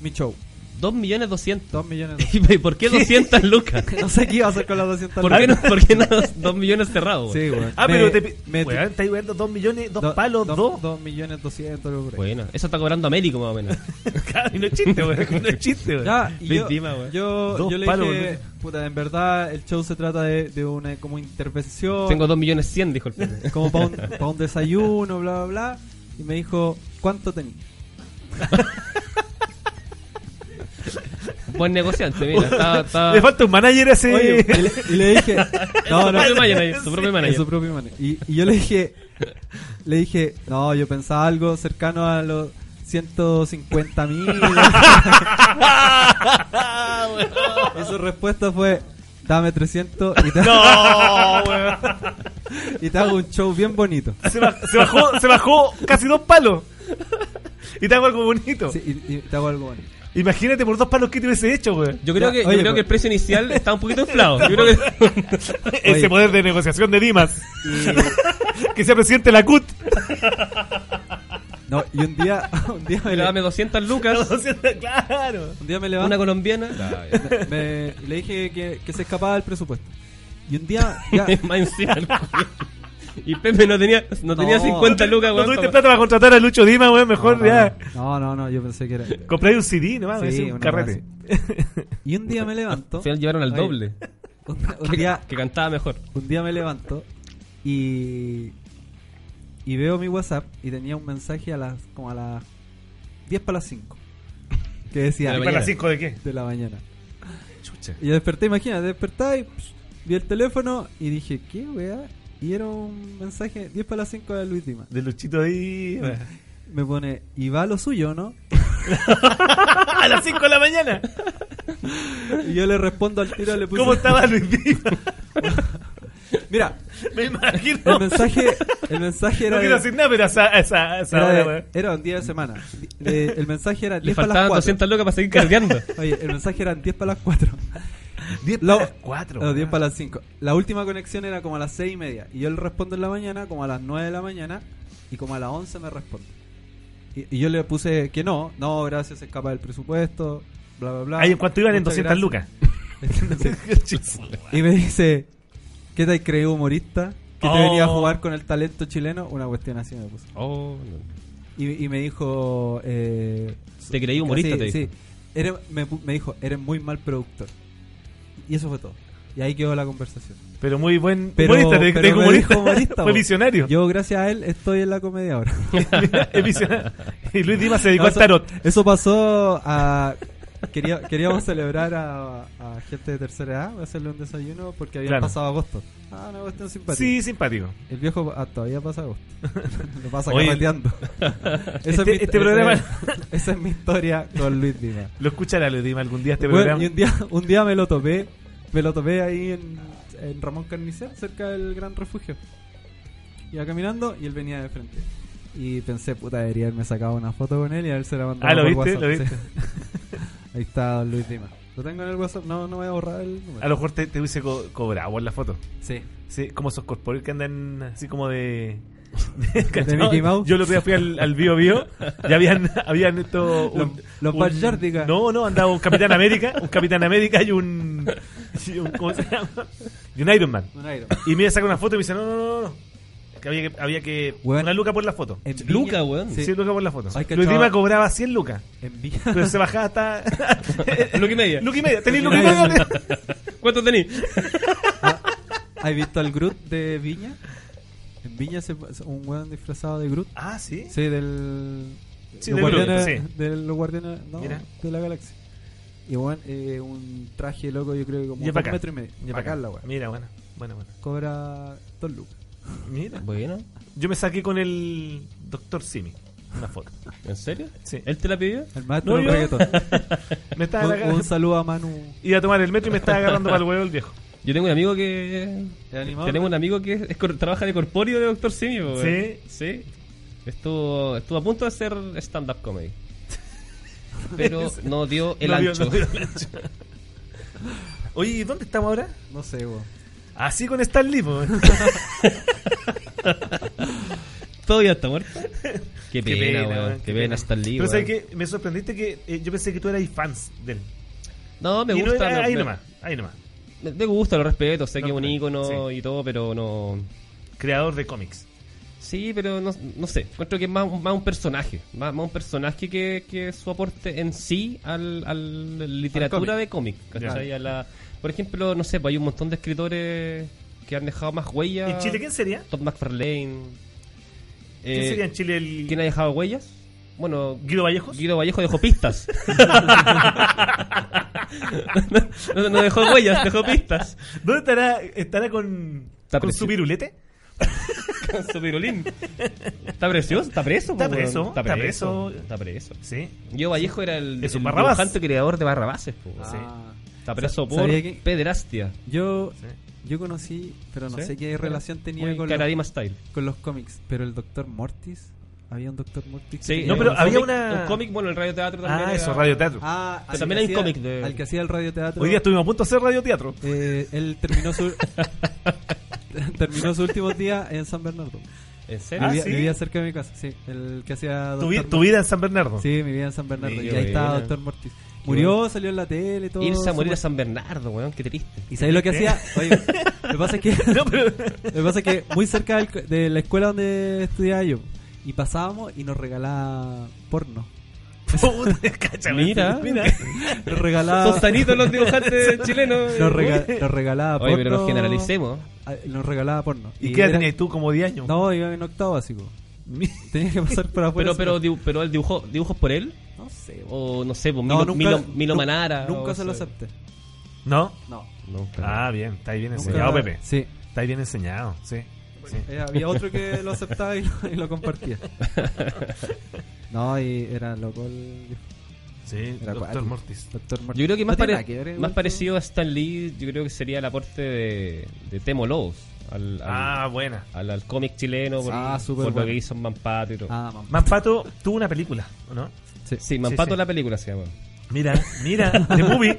Mi show, Dos millones doscientos. 2 millones 200. ¿Y por qué 200 lucas? No sé qué iba a hacer con las 200 ¿Por qué no, ¿por qué no dos millones cerrados? güey? Sí, güey. Ah, Me- pero te... me- Weón, estáis jugando dos millones, dos do- palos, do- dos... dos millones 200. algo por ahí. Bueno, eso está cobrando Américo más o menos. Claro, y no es chiste, weón. No es chiste, weón. Ya, y yo, Víctima, güey. yo, Dos yo le palos, dije, boludo. puta, en verdad el show se trata de, de una como intervención. Tengo dos millones cien, dijo el Pepe. como para un, pa' un desayuno, bla, bla, bla. Y me dijo, ¿cuánto tenía? Buen negociante, mira. Está, está... Le falta un manager así. Oye, y le, y le dije, su no, no, propio manager, su propio Es manager. su propio manager. Y, y yo le dije, le dije, no, yo pensaba algo cercano a los 150 mil. y su respuesta fue, dame 300 y te, No, weón. y te hago un show bien bonito. Se, baj- se bajó, se bajó casi dos palos. Y te hago algo bonito. Sí, y, y te hago algo bonito. Imagínate por dos palos que te hubiese hecho, weón. Yo creo, Ya, que, yo oye, creo pero- que el precio inicial está un poquito inflado. Yo creo que... Ese poder de negociación de Dimas. que sea presidente de la CUT. No, y un día, un día me, Pero le- dame 200 lucas, claro. un día me levanto. una colombiana. me- le dije que, que se escapaba del presupuesto. Y un día, ya, Más encima, el culiao. Y Pepe no tenía, no tenía No. 50 lucas, No weón. tuviste para- plata para contratar a Lucho Dimas, weón. Mejor no, ya. No, no, no, yo pensé que era. Compré un CD nomás, Sí, es un una carrete. Y un día me levanto. Al final llevaron al Oye, doble. Un, un Que, día, que cantaba mejor. un día me levanto y. Y veo mi WhatsApp y tenía un mensaje a las como a las 10 para las 5. que decía De la ¿Para mañana. las 5 de qué? de la mañana. Chucha. Y yo desperté, imagínate, desperté y psh, vi el teléfono y dije, ¿qué weá? Y era un mensaje 10 para las 5 de Luis Dima. De Luchito ahí. Me pone, y va lo suyo, ¿no? A las 5 de la mañana. Y yo le respondo al tiro, le puse, ¿Cómo estaba Luis Dima? mira, Me imagino. el mensaje, el mensaje era, no de- quiero decir nada, pero a esa, a esa, a esa era, hora, de- weón. era un día de semana. De- el mensaje era Le 10 para las faltaban 4. 200 locas para seguir cardeando. Oye, el mensaje eran 10 para las 4. 10 Lo- para las 4. No, 10 para las 5. La última conexión era como a las 6 y media. Y yo le respondo en la mañana, como a las 9 de la mañana. Y como a las 11 me responde. Y, y yo le puse que no, no, gracias, se escapa del presupuesto. Bla, bla, bla. Ahí en cuanto iban en Muchas 200 lucas. gracias. y me dice, ¿qué te has creído humorista? Que te Oh. venía a jugar con el talento chileno. Una cuestión así me puso. Oh, no. Y, y me dijo. Eh, Te creí humorista, sí, te dijo. sí. Eres- me, pu- me dijo, eres muy mal productor. Y eso fue todo. Y ahí quedó la conversación. Pero muy buen Pero- humorista, te- te pero me dijo humorista. dijo humorista, Fue po. visionario. Yo, gracias a él, estoy en la comedia ahora. Es visionario. Y Luis Dima se dedicó No, al tarot. Eso, eso pasó a. quería- queríamos celebrar a, a gente de tercera edad, hacerle un desayuno porque habían Claro. pasado agosto. Ah, una cuestión simpática. Sí, simpático. El viejo ah, todavía pasa agosto. Lo pasa Oye, carreteando. Esa es este- mi- este esa- programa- Esa es mi historia con Luis Dima. Lo escuchará Luis Dima algún día este Bueno, programa. y un día, un día me lo topé, me lo topé ahí en, en Ramón Carnicer, cerca del Gran Refugio. Iba caminando y él venía de frente. Y pensé, puta, debería haberme sacado una foto con él y haberse la mandado Ah, ¿lo por viste? WhatsApp, ¿Lo viste? sí. Ahí está don Luis Dima. Lo tengo en el WhatsApp, no, no voy a borrar el número. A lo mejor te, te hubiese co- cobrado en la foto. Sí. Sí, como esos corpóreos que andan así como de. ¿De Mickey Mouse? Yo el otro día fui al, al Bio Bio y habían, habían esto. Los- los Bad Yardica. No, no, andaba un Capitán América, un Capitán América y un. y un- ¿Cómo se llama? Y un Iron Man. Un Iron. Y me saca una foto y me dice: No, no, no, no. no. Que había que. Había que Weón. una luca por la foto. En Viña- Luca, weón. Sí. 100 lucas por la foto. Ay, que Luis chao. Dima cobraba 100 lucas. en Viña- Pero se bajaba hasta. Luca y media. Luca y media. Tenés Luca y media. ¿Cuánto tenés? ¿Has visto al Groot de Viña? En Viña se, un weón disfrazado de Groot. Ah, sí. Sí, del. Sí, los del grupo, sí. guardianes, de los guardianes no, Mira. de la galaxia. Y bueno, eh, un traje loco, yo creo que como Y es un bacán. metro y medio. Y es bacán la weá. Mira, bueno. Bueno, bueno. Cobra dos lucas. Mira. Bueno, Yo me saqué con el doctor Simi una foto. ¿en serio? Sí. ¿Él te la pidió? El maestro No, del yo- reggaetón. Me estaba un, agarrando- un saludo a Manu. Iba a tomar el metro y me estaba agarrando para el huevo el viejo. Yo tengo un amigo que. ¿El Ah. animador? Tenemos un amigo que es- es cor- trabaja de corpóreo de Doctor Simi, po, weón. ¿Sí? Sí. Estuvo, estuvo a punto de hacer stand-up comedy. Pero no dio el No vio- ancho. no vio el ancho. Oye, ¿y dónde estamos ahora? No sé, weón. Así con Stan Lee, po. Todavía está muerto. Qué Qué pena, weón, weón. Qué pena estar libre. Pero sabes que me sorprendiste que eh, yo pensé que tú eras fans de él. No, me Y no gusta. era- me- ahí me- nomás, ahí nomás. Me, me gusta, lo respeto, sé Lo que es un respeto, ícono y todo, pero no... Creador de cómics. Sí, pero no, no sé, encuentro que es más, más un personaje, más, más un personaje que, que su aporte en sí al, al- la literatura cómic. de cómic. ¿cachai? A la- por ejemplo, no sé, pues hay un montón de escritores que han dejado más huellas. ¿En Chile quién sería? Todd McFarlane. ¿Quién Eh, sería en Chile el ¿Quién ha dejado huellas? Bueno, Guido Vallejos? Guido Vallejo dejó pistas. no, no dejó huellas, dejó pistas. ¿Dónde estará? ¿Estará con, Está con su preci- virulete? Con su pirulín. Está precioso, está preso. Está po, weón. preso, está está preso. preso. Está preso. Sí. Yo Vallejo era el, Es el un Barrabás. dibujante creador de Barrabases. po, weón. Ah. Está preso Sa- por sabía que- pederastia. Yo, Sí. yo conocí, pero no ¿Sí? sé qué relación tenía Muy con los, Karadima Style. con los cómics. Pero el doctor Mortis. Había un doctor Mortis. que Sí, tenía no, eh, pero un había cómic- una- Un cómic, bueno, el radioteatro también. Ah, era- eso, radioteatro. Ah, al que también hay un hacía- cómic de- Al que hacía el radioteatro. Hoy día estuvimos a punto de hacer radioteatro. Eh, él terminó su terminó su último día en San Bernardo. ¿En serio? Ah, Vivía, ¿sí? vivía cerca de mi casa, sí. El que hacía Tu, Doctor vi- Mortis. tu vida en San Bernardo. Sí, mi vida en San Bernardo. Qué y ahí estaba buena. Doctor Mortis. Murió, salió en la tele, todo. Irse a morir a Su- San ¿Eh? Bernardo, weón, qué triste. ¿Y sabéis lo que hacía? Oye, lo que pasa es que, No, pero- lo que pasa es que muy cerca del co- de la escuela donde estudiaba yo. Y pasábamos y nos regalaba porno. Puta, cacha, Mira. mira. Nos regalaba. Son sanitos los dibujantes chilenos. Nos, rega- nos regalaba porno. Oye, pero nos generalicemos. Ah, Nos regalaba porno. ¿Y qué edad era- tenías tú? Como 10 años. No, iba en octavo, así como. Mi- Tenía que pasar por afuera. Pero, pero, dibu- pero él dibujó dibujos por él. No sé. bo- O no sé, pues, No, Milo, nunca- Milo- nu- Milo Manara. Nunca o se lo sea, acepté. ¿No? No. Nunca. Ah, bien, está ahí bien Nunca- enseñado, Pepe. Sí. Está ahí bien enseñado, sí. sí. Eh, había otro que lo aceptaba y lo, y lo compartía. No, y era loco el Sí, Era Doctor acuático. Mortis. doctor Martín. Yo creo que más, No tiene pare- nada que ver, más güey. parecido a Stan Lee, yo creo que sería el aporte de, de Temo Lobos al, al, Ah, buena. al, al cómic chileno por, Ah, súper por lo bueno. que hizo en Mampato y todo. Ah, mamá. Manpato tuvo una película, ¿o no? Sí. sí, Mampato sí. la película se llama. Mira, mira, The Movie.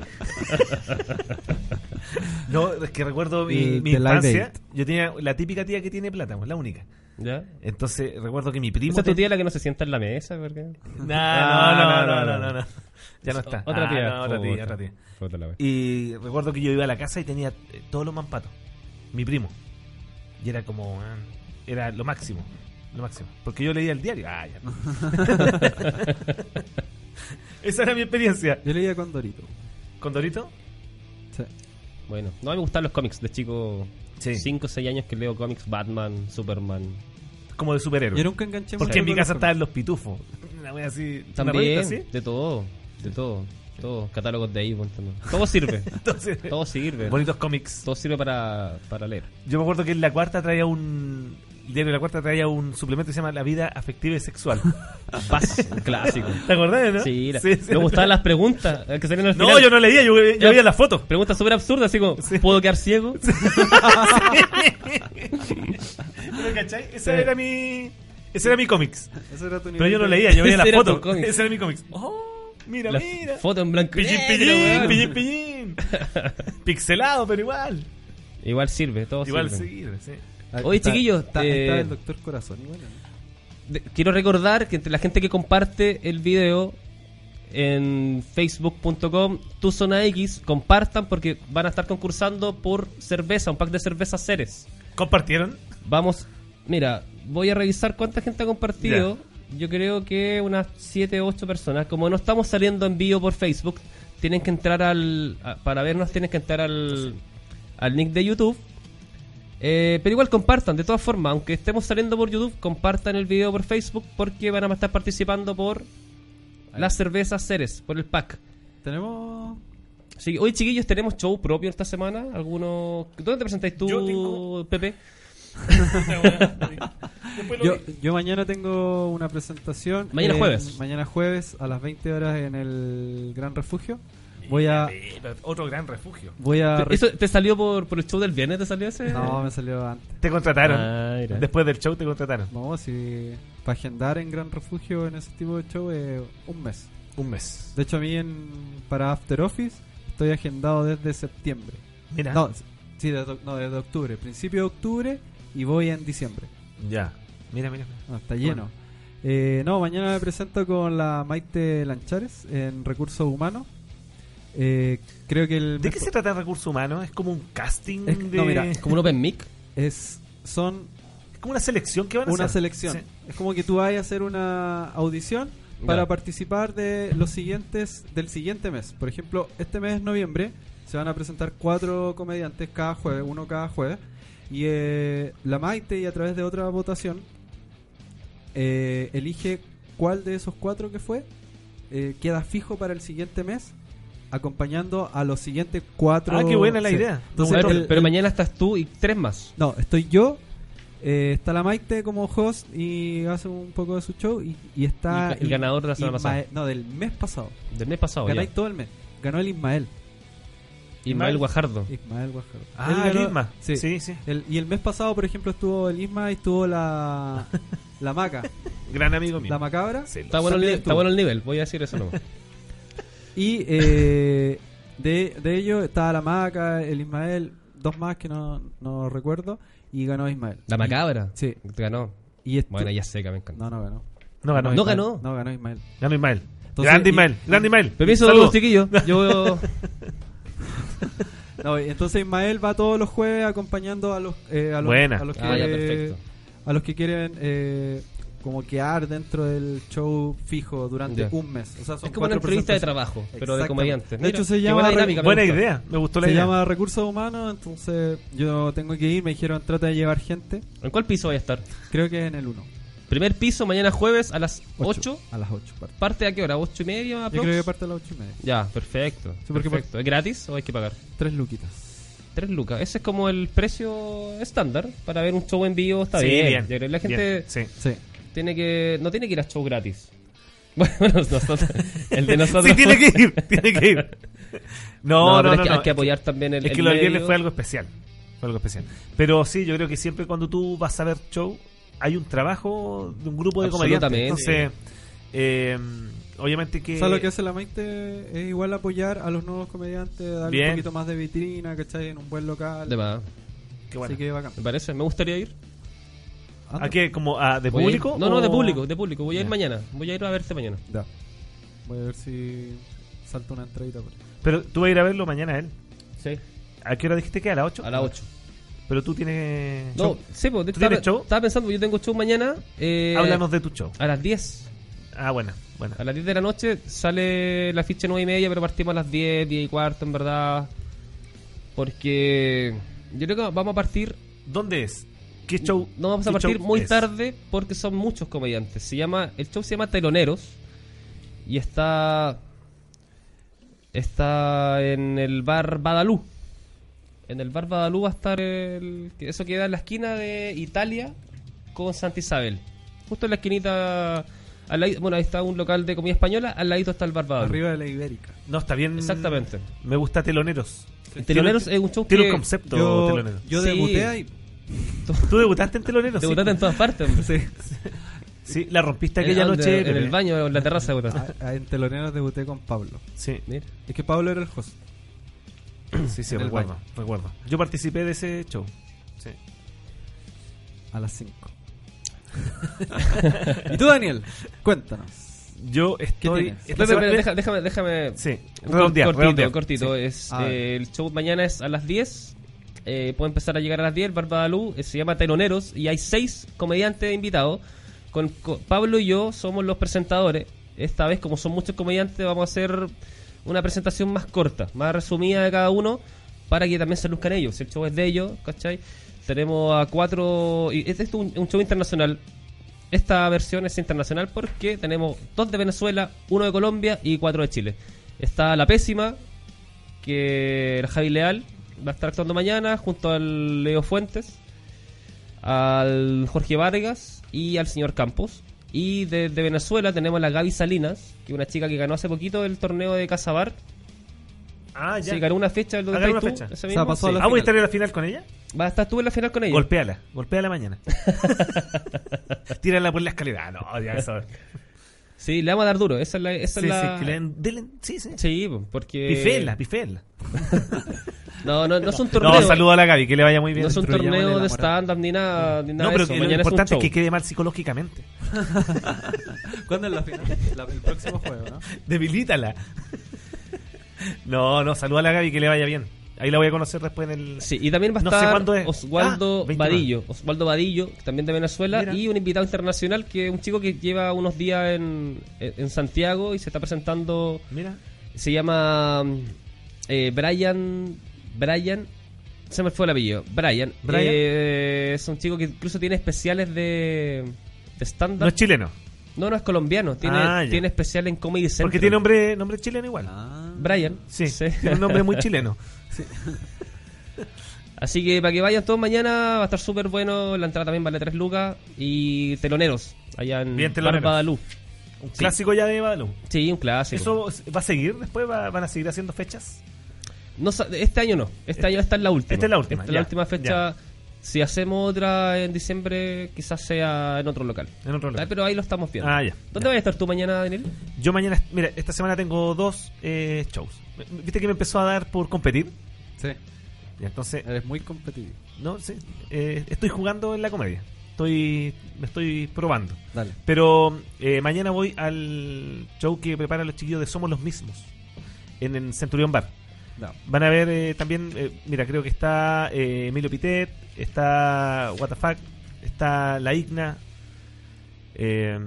no, es que recuerdo mi, Y mi Eh, The Live infancia. Aid. Yo tenía la típica tía que tiene plata, pues, la única. ¿Ya? Entonces, recuerdo que mi primo. Esa es tu tía la que no se sienta en la mesa, porque... No, Ah, no, no, no, no, no, no. Ya no O- está. Otra Ah, tía. no, otra tía, Puta. otra tía. Puta la wea. Y recuerdo que yo iba a la casa y tenía eh, todos los mampatos. Mi primo. Y era como. ah, Era lo máximo. Lo máximo. Porque yo leía el diario. Ah, ya. no. Esa era mi experiencia. Yo leía con Dorito. ¿Con Dorito? Sí. Bueno, no me gustan los cómics de chico. Sí. 5 o 6 años que leo cómics, Batman, Superman. Como de superhéroe. Yo nunca enganché Porque en mi mucho con casa los estaban los pitufos. Una wea así. una También, revista así. de todo, de todo, todo. Catálogos de Avon también. Todo sirve, Entonces, todo sirve. bonitos cómics. Todo sirve para, para leer. Yo me acuerdo que en la cuarta traía un. El diario de la cuarta traía un suplemento que se llama La vida afectiva y sexual. Ah. Paz, clásico. ¿Te acordás, no? Sí, la- Sí, sí. me gustaban las preguntas eh, que salían al No, final. yo no leía, yo, yo Ya. veía las fotos. Preguntas súper absurdas, así como, ¿puedo quedar ciego? ¿Pero cachai? Ese era mi. Ese era mi cómics. superhéroes. Ese era tu Pero nivel yo no de- leía, yo veía Ese las era tu fotos. cómics. Ese era mi cómics. Oh, mira, La mira. foto en blanco y Pillín, negro, pillín, pillín, weón. pillín. Pixelado, pero igual. Igual sirve, todo Igual sirve. seguir, sí. Ah, Oye, está- chiquillos, está, eh, está el doctor Corazón. igual, ¿eh? ¿no? De- quiero recordar que entre la gente que comparte el video en facebook.com tu zona X compartan porque van a estar concursando por cerveza, un pack de cerveza Ceres. ¿Compartieron? Vamos, mira, voy a revisar cuánta gente ha compartido. Yo creo que unas 7 o 8 personas. Como no estamos saliendo en vivo por Facebook, tienen que entrar al. a- para vernos, tienen que entrar al, al link de YouTube. Eh, pero igual compartan, de todas formas, aunque estemos saliendo por YouTube, compartan el video por Facebook porque van a estar participando por las cervezas Ceres, por el pack. Tenemos. Sí, hoy chiquillos tenemos show propio esta semana. ¿Alguno... ¿Dónde te presentáis tú, Yo tengo- Pepe? Yo, yo mañana tengo una presentación. Mañana en- jueves. Mañana jueves a las 20 horas en el Gran Refugio. Voy a. Otro gran refugio. Voy a. ¿Eso te salió por, por el show del viernes? ¿Te salió ese? No, me salió antes. Te contrataron. Ah, mira. Después del show te contrataron. No, si. Para agendar en Gran Refugio en ese tipo de show, eh, un mes. Un mes. De hecho, a mí en, para After Office estoy agendado desde septiembre. Mira. No, sí, desde, no, desde octubre. Principio de octubre y voy en diciembre. Ya. Mira, mira. No, Ah, está lleno. Eh, no, mañana me presento con la Maite Lanchares en Recursos Humanos. Eh, creo que el... ¿De qué se trata el recurso humano? ¿Es como un casting? Es- no, de... mira, es Como un open mic. es, son como una selección que van a una hacer. selección. Sí. Es como que tú vas a hacer una audición para Ya. participar de los siguientes del siguiente mes. Por ejemplo, este mes noviembre se van a presentar cuatro comediantes cada jueves, uno cada jueves. Y eh, la Maite, y a través de otra votación, eh, elige cuál de esos cuatro que fue eh, queda fijo para el siguiente mes, acompañando a los siguientes cuatro. Ah, qué buena la Sí. idea. Entonces, A ver, el- pero el- mañana estás tú y tres más. no, estoy yo. eh, está la Maite como host y hace un poco de su show. Y, y está. Y el ganador de la semana Ismael- pasada. No, del mes pasado. Del mes pasado. Ganáis ya. todo el mes. Ganó el Ismael. Ismael Guajardo. Ismael Guajardo. Él Ah, ganó- el Isma. Sí. sí. El- y el mes pasado, por ejemplo, estuvo el Isma y estuvo la. La Maca. Gran amigo mío. la Macabra. Sí, lo- Está bueno, el, También nivel- está tú. bueno el nivel, voy a decir eso nomás. Y eh, de, de ellos estaba la Maca, el Ismael, dos más que no, no recuerdo. Y ganó Ismael. La macabra. Sí. Ganó. Y estu- Bueno, ya seca, me encanta. No, no ganó. No ganó. No Ismael. ganó. No ganó Ismael. Ganó Ismael. Entonces, grande y- Ismael. Grande Ismael. Permiso, Saludos. chiquillo. Yo. No, y entonces Ismael va todos los jueves acompañando a los, eh, a los, Buena. a los que, Ah, ya, perfecto. a los que quieren eh, como quedar dentro del show fijo durante Ya. un mes. O sea, son Es como cuatro una entrevista de presentaciones. trabajo, pero de Exactamente. comediante. De Mira, hecho, se qué llama buena re- dinámica, me Buena gusta. idea. Me gustó la Se idea. llama Recursos Humanos, entonces yo tengo que ir. Me dijeron trata de llevar gente. ¿En cuál piso voy a estar? Creo que en el 1. Primer piso, mañana jueves a las 8. A las 8 parte. ¿Parte a qué hora? ¿8 y media? Yo aprox? creo que parte a las 8 y media. Ya, perfecto. Sí, porque- perfecto. ¿Es gratis o hay que pagar? Tres luquitas. 3 lucas. Ese es como el precio estándar para ver un show en vivo. Está Sí, bien. bien, Yo creo que la bien, gente sí. Sí. tiene que no tiene que ir a show gratis. Bueno, nosotros, el de nosotros. Sí, tiene que ir, tiene que ir. No, pero no, es no. que no. Hay que apoyar también el. es que el lo del viernes medio. fue algo especial. Fue algo especial. Pero sí, yo creo que siempre cuando tú vas a ver show, hay un trabajo de un grupo de comediantes. Absolutamente. Entonces, eh, obviamente que. O sea, lo que hace la Maite es igual apoyar a los nuevos comediantes, darle Bien. un poquito más de vitrina, ¿cachai? En un buen local. De más. que bueno. Así que ¿ah? bacán. Me parece, me gustaría ir. Anda. ¿A qué? ¿Como a, de Voy a ir- público? No, no, de o- público, de público. Voy a ir Ya. mañana. Voy a ir a verte mañana. Ya. Voy a ver si salto una entradita por ahí. Pero tú vas a ir a verlo mañana a él. Sí. ¿A qué hora dijiste que? ¿A las 8? A las 8. Pero tú tienes. No, sí, pues, de- ¿Tú estaba, tienes show? estaba pensando, yo tengo show mañana. Eh, Háblanos de tu show. A las 10. Ah, buena, buena. A las 10 de la noche sale la ficha 9 y media, pero partimos a las 10, 10 y cuarto, en verdad. Porque yo creo que vamos a partir. ¿Dónde es? ¿Qué show? No vamos a qué partir show muy es? tarde porque son muchos comediantes. Se llama el show se llama Teloneros y está está en el bar Badalú. En el bar Badalú va a estar el que eso queda en la esquina de Italia con Santa Isabel. Justo en la esquinita al lado- bueno, ahí está un local de comida española, al ladito está el bar Badalú. Arriba de la Ibérica. No, está bien. Exactamente. Me gusta Teloneros. Teloneros Tiene- es un show Tiene que- un concepto, Yo, Teloneros. yo Sí. debuté ahí. ¿Tú debutaste en Teloneros? Te botaste en todas partes. hombre. Sí. Sí, la rompiste En- aquella en- noche. en Pepe. el baño, en la terraza. Ah. botaste. A- a- en Teloneros debuté con Pablo. Sí, Mira. Es que Pablo era el host. sí, sí, En el recuerdo, baño. recuerdo. Yo participé de ese show. Sí. A las 5. ¿Y tú, Daniel? Cuéntanos. Yo estoy. tienes? esta Pepe, semana- pero deja- déjame, déjame. Sí, Un redondear, cortito, redondear. cortito. Es, A eh, ver. el show mañana es a las 10. Eh, puede empezar a llegar a las 10. Barbadalú eh, se llama Teloneros y hay seis comediantes invitados. Con, co- Pablo y yo somos los presentadores. Esta vez, como son muchos comediantes, vamos a hacer una presentación más corta, más resumida de cada uno, para que también se luzcan ellos. El show es de ellos, ¿cachai? Tenemos a cuatro. y Este es un- un show internacional. Esta versión es internacional porque tenemos dos de Venezuela, uno de Colombia y cuatro de Chile. Está La Pésima, que el Javi Leal va a estar actuando mañana junto al Leo Fuentes, al Jorge Vargas y al señor Campos. Y de, de Venezuela tenemos a la Gaby Salinas, que es una chica que ganó hace poquito el torneo de Casabar. Ah, ya. Sí, ganó una fecha. ¿Dónde Ah, ganó estás una tú? fecha. Ese O sea, mismo, pasó a sí. la Ah, voy a final. estar en la final con ella. Vas a estar tú en la final con ella. Golpéala, golpéala mañana. Tírala por la escalera. Ah, No, ya eso. Sí, le vamos a dar duro. Esa es la... Esa Sí, es la- sí, que le den- denle- sí, sí. Sí, porque... Piféenla, piféenla. No, no, no es un torneo. No, saluda a la Gaby, que le vaya muy bien. No es un Destruyamos torneo la moral. de stand-up ni nada, ni nada No, pero de eso. que lo Mañana es un importante es, que show. quede mal psicológicamente. ¿Cuándo es la final? el próximo juego, ¿no? Debilítala. no, no, saluda a la Gaby, que le vaya bien. Ahí la voy a conocer después en el... Sí, y también va a No sé estar cuándo es. Oswaldo Ah, 29. Vadillo, Oswaldo Vadillo, también de Venezuela, Mira. y un invitado internacional que es un chico que lleva unos días en, en Santiago y se está presentando, Mira. se llama mm, eh, Brian, Brian, se me fue el apellido, Brian, Brian. Eh, es un chico que incluso tiene especiales de, de No es stand-up, chileno. no, no es colombiano, tiene, Ah, ya. tiene especial en Comedy Central. Porque tiene nombre, nombre chileno igual. Ah, Brian, Sí, tiene un nombre muy chileno. Así que para que vayan todos mañana va a estar súper bueno. La entrada también vale 3 lucas. Y teloneros, allá en Bien, Teloneros. Barbadalú. Un Sí. clásico ya de Badalú. Sí, un clásico. ¿Eso va a seguir después? ¿Va- ¿Van a seguir haciendo fechas? No sa- este año no, este año esta es la última. Esta es la última, Esta es la ya, última fecha. Si hacemos otra en diciembre, quizás sea en otro local. En otro lugar. Ah, Pero ahí lo estamos viendo. Ah, ya, ¿Dónde ya. vas a estar tú mañana, Daniel? Yo mañana, mira, esta semana tengo dos eh, shows. ¿Viste que me empezó a dar por competir? Sí, Y Eh. entonces, eres muy competitivo. no sé, eh, estoy jugando en la comedia. Estoy, me estoy probando. Dale. Pero eh, mañana voy al show que preparan los chiquillos de Somos los Mismos en el Centurión Bar. No. Van a ver eh, también, eh, mira, creo que está eh, Emilio Pitet, está WTF, está La Igna. eh,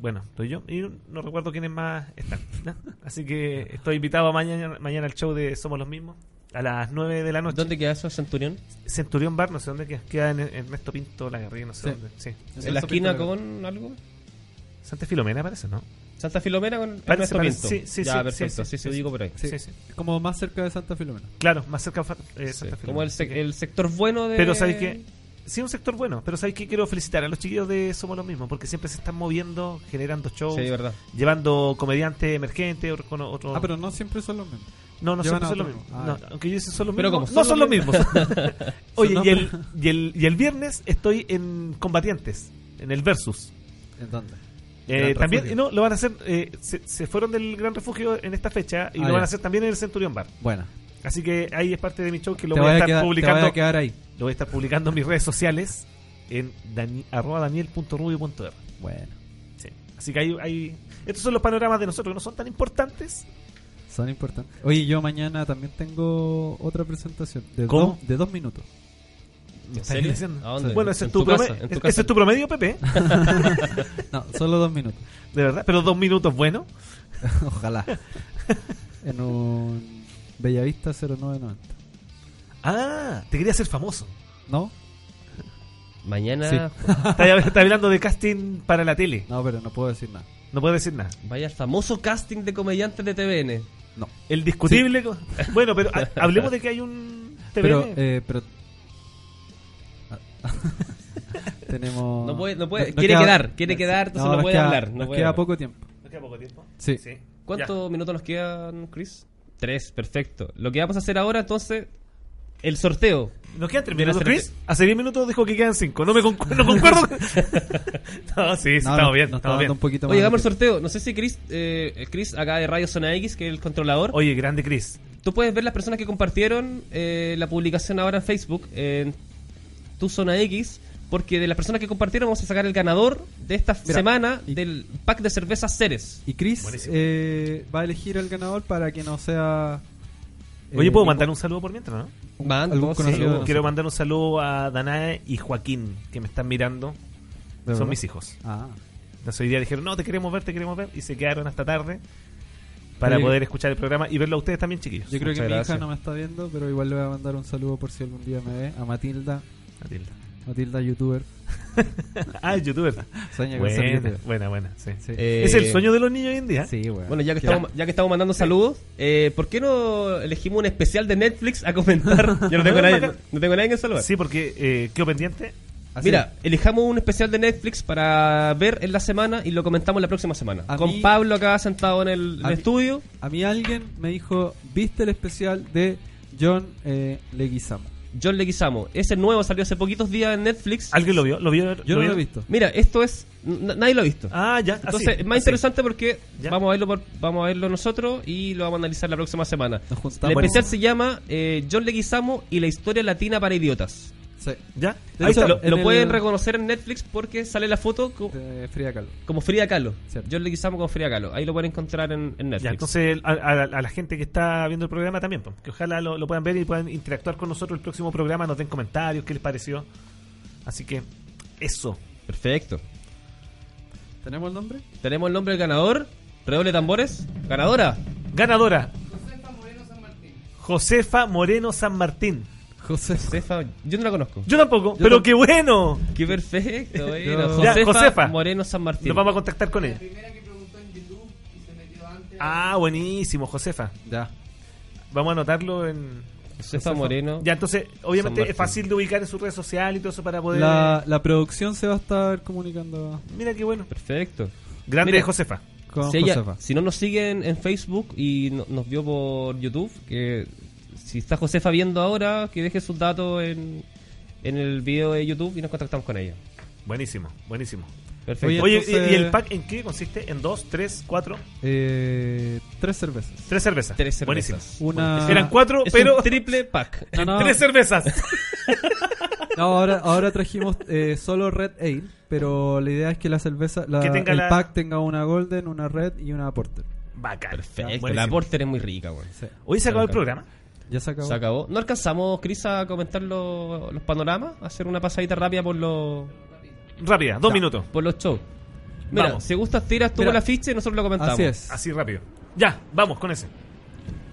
bueno, estoy yo y no recuerdo quiénes más están. ¿no? Así que estoy invitado mañana, mañana al show de Somos los Mismos. a las 9 de la noche. ¿Dónde queda eso, Centurión? Centurión Bar, no sé dónde queda. Queda en Ernesto Pinto La Garriga, no sé Sí. dónde. Sí. ¿En la esquina con algo? Santa Filomena parece, ¿no? ¿Santa Filomena con Parece, Ernesto parece. Pinto? Sí, sí, ya, sí, perfecto, sí, sí, sí, se sí. lo digo por ahí. Sí, Sí. sí. Es como más cerca de Santa Filomena. Claro, más cerca de fa- eh, Sí, Santa Filomena. Como el, sec- Así que- el sector bueno de... Pero sabes que sí un sector bueno, pero sabes que quiero felicitar a los chiquillos de Somos los mismos porque siempre se están moviendo, generando shows, Sí, verdad. llevando comediantes emergentes, otros con otros. Ah, pero no siempre son los mismos. no, no llevan siempre a son los otro. mismos. Ah, No, ya. aunque yo sí son los Pero mismos. como no son son los los mismos. Oye, Son y el, y el y el viernes estoy en Combatientes, en el versus. ¿En dónde? Eh, Gran también Refugio. no lo van a hacer eh, se, se fueron del Gran Refugio en esta fecha y Ah, lo ya. van a hacer también en el Centurión Bar. Buena. Así que ahí es parte de mi show que lo te voy a vaya estar a quedar, te publicando vaya a quedar ahí. lo voy a estar publicando en mis redes sociales en dani- arroba daniel.rubio.r. Bueno. Sí. Así que hay, hay- Estos son los panoramas de nosotros que no son tan importantes. Son importantes. Oye, yo mañana también tengo otra presentación de, ¿Cómo? dos, de dos minutos. ¿En estás serio? diciendo. ¿A dónde? Bueno, ese En es tu, tu casa, prome- en tu ese casa. es tu promedio, Pepe. No, solo dos minutos. De verdad, pero dos minutos bueno. Ojalá. En un Bellavista 0990. Ah, te quería hacer famoso. ¿No? Mañana, Estás estás hablando de casting para la tele. No, pero no puedo decir nada. No puedo decir nada. vaya el famoso casting de comediantes de TVN. No. El discutible. co- Bueno, pero ha- hablemos de que hay un. TVN. Pero, eh, pero... Ah. Tenemos... eh, No puede- no puede- quiere quedar, quiere quedar, entonces no nos puede queda- hablar, no nos puede queda hablar. poco tiempo. Nos queda poco tiempo. Sí. ¿Cuántos minutos nos quedan, Chris? Tres, perfecto. Lo que vamos a hacer ahora, entonces, el sorteo. Ya. Nos quedan tres Mira, minutos, espérate. Chris. Hace diez minutos dijo que quedan cinco. No me concu- no concuerdo. no, sí, sí, No, estamos no, bien. nos está estamos dando bien. un poquito Oye, más de hagamos el tiempo. sorteo. No sé si Chris, eh, Chris acá de Radio Zona X, que es el controlador, Oye, grande Chris. tú puedes ver las personas que compartieron eh, la publicación ahora en Facebook, en tu Zona X, porque de las personas que compartieron vamos a sacar el ganador de esta Mira, semana y- del pack de cervezas Ceres. Y Chris Buenísimo. eh, va a elegir al ganador para que no sea... Oye, eh, ¿puedo mandar un saludo por mientras, no? Van, algún vos, conocido sí, de vos. nosotros. Quiero mandar un saludo a Danae y Joaquín, que me están mirando. ¿De Son verdad? mis hijos. Ah. Entonces hoy día dijeron, no, te queremos ver, te queremos ver. Y se quedaron hasta tarde para Oye, poder escuchar el programa y verlo a ustedes también, chiquillos. Yo creo Muchas que mi gracias. hija no me está viendo, pero igual le voy a mandar un saludo por si algún día me ve. A Matilda, Matilda. Matilda youtuber. Ah, el youtuber. Sueña con ser buena, youtuber. buena, buena, sí. Sí. Eh, Es el sueño de los niños hoy en día. Sí, weón. Bueno, ya que, Ya. Estamos, ya que estamos mandando saludos, eh, ¿por qué no elegimos un especial de Netflix a comentar? Yo no tengo a nadie, no, no tengo a nadie que saludar. Sí, porque eh, quedó pendiente. Así Mira, elijamos un especial de Netflix para ver en la semana y lo comentamos la próxima semana. A Con mí- Pablo acá sentado en el, en A el mí- estudio. es. a mí alguien me dijo, ¿viste el especial de John eh, Leguizamo? John Leguizamo. Ese nuevo salió hace poquitos días en Netflix. ¿Alguien lo vio? ¿Lo vio? Yo no lo he vio? visto. Mira, esto es... n- Nadie lo ha visto. Ah, ya. Entonces, así, es más así. interesante porque Ya. vamos a verlo por- vamos a verlo nosotros y lo vamos a analizar la próxima semana. Nos El juntamos. especial se llama eh, John Leguizamo y la historia latina para idiotas. Sí. ¿Ya? De Ahí hecho, está. Lo, En lo el- pueden reconocer en Netflix porque sale la foto co- De Frida Kahlo. como Frida Kahlo. Cierto. John Leguizamo como Frida Kahlo. Ahí lo pueden encontrar en, en Netflix. Ya, entonces a, a- a la gente que está viendo el programa también, pues, que ojalá lo, lo puedan ver y puedan interactuar con nosotros el próximo programa, nos den comentarios, qué les pareció. Así que eso. Perfecto. ¿Tenemos el nombre? Tenemos el nombre del ganador. Redoble de tambores. Ganadora. Ganadora. Josefa Moreno San Martín. José. Josefa. Yo no la conozco. Yo tampoco, pero tam- qué bueno. Qué perfecto. bueno. Yo- Josefa, Ya, Josefa. Moreno San Martín. Nos vamos a contactar con ella. Ah, buenísimo, Josefa. Ya. Vamos a anotarlo en... Josefa Moreno. Ya, entonces, obviamente Martín. es fácil de ubicar en sus redes sociales y todo eso para poder... La, la producción se va a estar comunicando Mira qué bueno. Perfecto. Grande Mira, Josefa. con si, ella- Josefa. si no nos siguen en Facebook y no- nos vio por YouTube, que si está Josefa viendo ahora, que deje sus datos en, en el video de YouTube y nos contactamos con ella. Buenísimo, buenísimo. Perfecto. Oye, Oye, entonces- ¿y- ¿y el pack en qué consiste? ¿En dos, tres, cuatro? Eh, tres cervezas. Tres cervezas. Tres cervezas. Buenísimo. Una... Eran cuatro, Es pero un triple pack. No, no. tres cervezas. No, ahora, ahora trajimos eh, solo Red Ale, pero la idea es que la cerveza, la- Que tenga el la- pack tenga una Golden, una Red y una Porter. Bacán. Perfecto. La Buenísimo. Porter es muy rica, weón. Sí. Hoy se acabó el programa. Ya se acabó. Se acabó. No alcanzamos, Cris, a comentar lo- los panoramas, a hacer una pasadita rápida por los, Rápida, dos minutos. por los shows. Mira, Vamos. si gustas, tiras tú Mira. la ficha y nosotros lo comentamos. Así es. Así rápido. Ya, vamos con ese.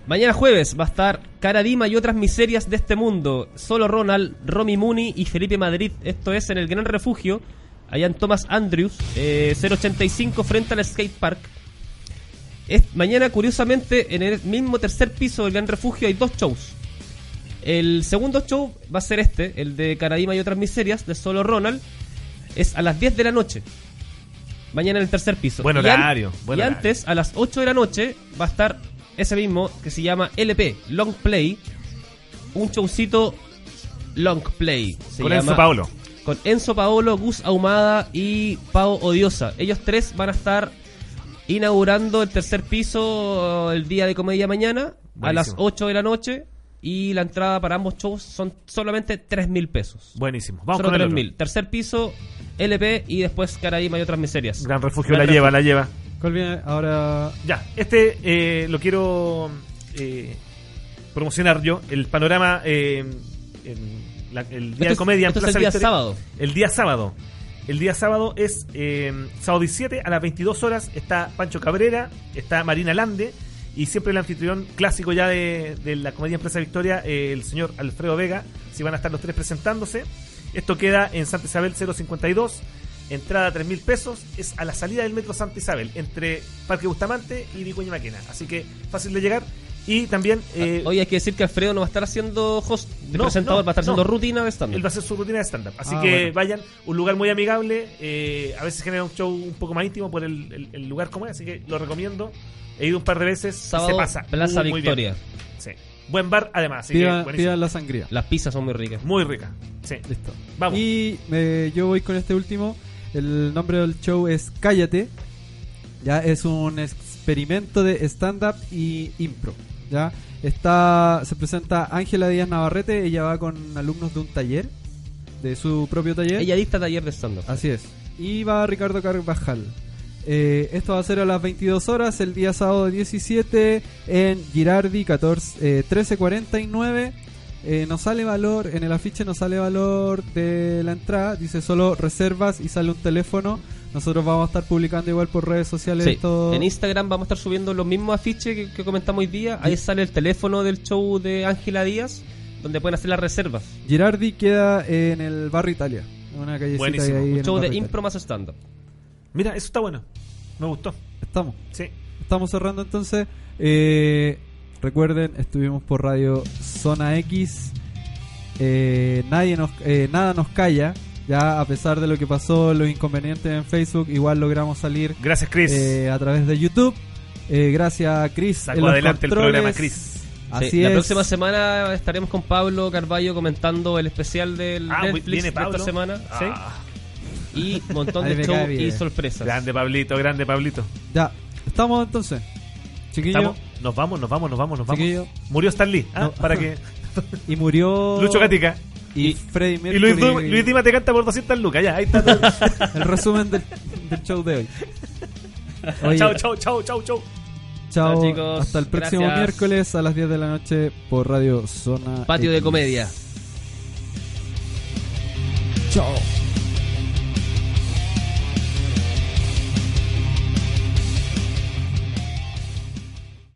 Mañana jueves va a estar Cara Dima y otras miserias de este mundo. Solo Ronald, Romy Muni y Felipe Madrid. Esto es en el Gran Refugio, allá en Thomas Andrews, eh, 085 frente al skate park. Es- mañana, curiosamente, en el mismo tercer piso del Gran Refugio hay dos shows. El segundo show va a ser este, el de Caradima y otras miserias, de Solo Ronald. Es a las 10 de la noche. Mañana en el tercer piso. Buen Y horario, an- buen y horario. antes, a las 8 de la noche, va a estar ese mismo que se llama LP, Long Play. Un showcito Long Play. Se Con llama- Enzo Paolo. con Enzo Paolo, Gus Ahumada y Pau Odiosa. Ellos tres van a estar inaugurando el tercer piso eh, el día de comedia mañana a Buenísimo. las 8 de la noche y la entrada para ambos shows son solamente 3 mil pesos. Buenísimo. Vamos Solo con el 3 otro. mil. Tercer piso, LP y después Caraíma y otras miserias. Gran refugio Gran la lleva, la lleva. ¿Cuál viene ahora? Ya, este eh, lo quiero eh, promocionar yo. El panorama. eh, en la- el día Esto de es- comedia en esto es Plaza el día Victoria. sábado. El día sábado. El día sábado es eh, sábado 17 a las 22 horas. Está Pancho Cabrera, está Marina Lande y siempre el anfitrión clásico ya de, de la comedia en Plaza Victoria, eh, el señor Alfredo Vega. Si van a estar los tres presentándose. Esto queda en Santa Isabel 052. Entrada a 3 mil pesos. Es a la salida del metro Santa Isabel, entre Parque Bustamante y Vicuña Maquena. Así que fácil de llegar. Y también. eh, Ah, Hoy hay que decir que Alfredo no va a estar haciendo host de No, presentador, no, va a estar haciendo no. rutina de Él va a stand hacer su rutina de stand-up. Así Ah, que bueno. vayan, un lugar muy amigable. eh, a veces genera un show un poco más íntimo por el, el- el lugar como es, así que lo recomiendo. He ido un par de veces. y Sábado, se pasa. Plaza muy, muy bien. Victoria. Sí. Buen bar, además. Así que Pidan buenísimo. pidan la sangría. Las pizzas son muy ricas. Muy rica. Sí. Listo. Vamos. Y eh, yo voy con este último. El nombre del show es Cállate. Ya es un experimento de stand-up y impro. Ya está, se presenta Ángela Díaz Navarrete. Ella va con alumnos de un taller, de su propio taller. Ella dicta taller de stand-up. Así es. Y va Ricardo Carvajal. Eh, esto va a ser a las 22 horas el día sábado 17 en Girardi 14, eh, 1349. Eh, no sale valor, en el afiche no sale valor de la entrada, dice solo reservas y sale un teléfono. Nosotros vamos a estar publicando igual por redes sociales Sí, esto. En Instagram vamos a estar subiendo los mismos afiches que, que comentamos hoy día. Ahí sale el teléfono del show de Ángela Díaz, donde pueden hacer las reservas. Girardi queda en el barrio Italia, en una callecita Buenísimo. ahí en Un el show de barrio impro Italia. más stand-up. Mira, eso está bueno. Me gustó. Estamos. Sí. Estamos cerrando entonces. Eh, recuerden, estuvimos por radio Zona X. Eh, nadie nos, eh, nada nos calla. Ya a pesar de lo que pasó, los inconvenientes en Facebook, igual logramos salir Gracias, Chris. eh, a través de YouTube. Eh, gracias a Chris. en Sacó los adelante el controles. programa, Chris. Así Sí, es. La próxima semana estaremos con Pablo Carballo comentando el especial del Ah, Netflix viene de Pablo. esta semana. Ah, ¿sí? Y un montón Ahí de me shows cae bien. y sorpresas. Grande Pablito, grande Pablito. Ya, estamos entonces. Chiquillo. ¿Estamos? Nos vamos, nos vamos, nos vamos, nos vamos. Chiquillo. Murió Stan Lee. Ah, No. Oh, Para que Y murió. Lucho Gatica. Y, Y- Freddy Y Luis, Du- Mercury. Luis Dima te canta por 200 lucas. Ya, ahí está. todo. El resumen del, del show de hoy. Oye, chau, chau, chau, chau, chau. Chao, Chao, chicos. Hasta el próximo Gracias. miércoles a las 10 de la noche por Radio Zona. Patio de X. comedia. Chao.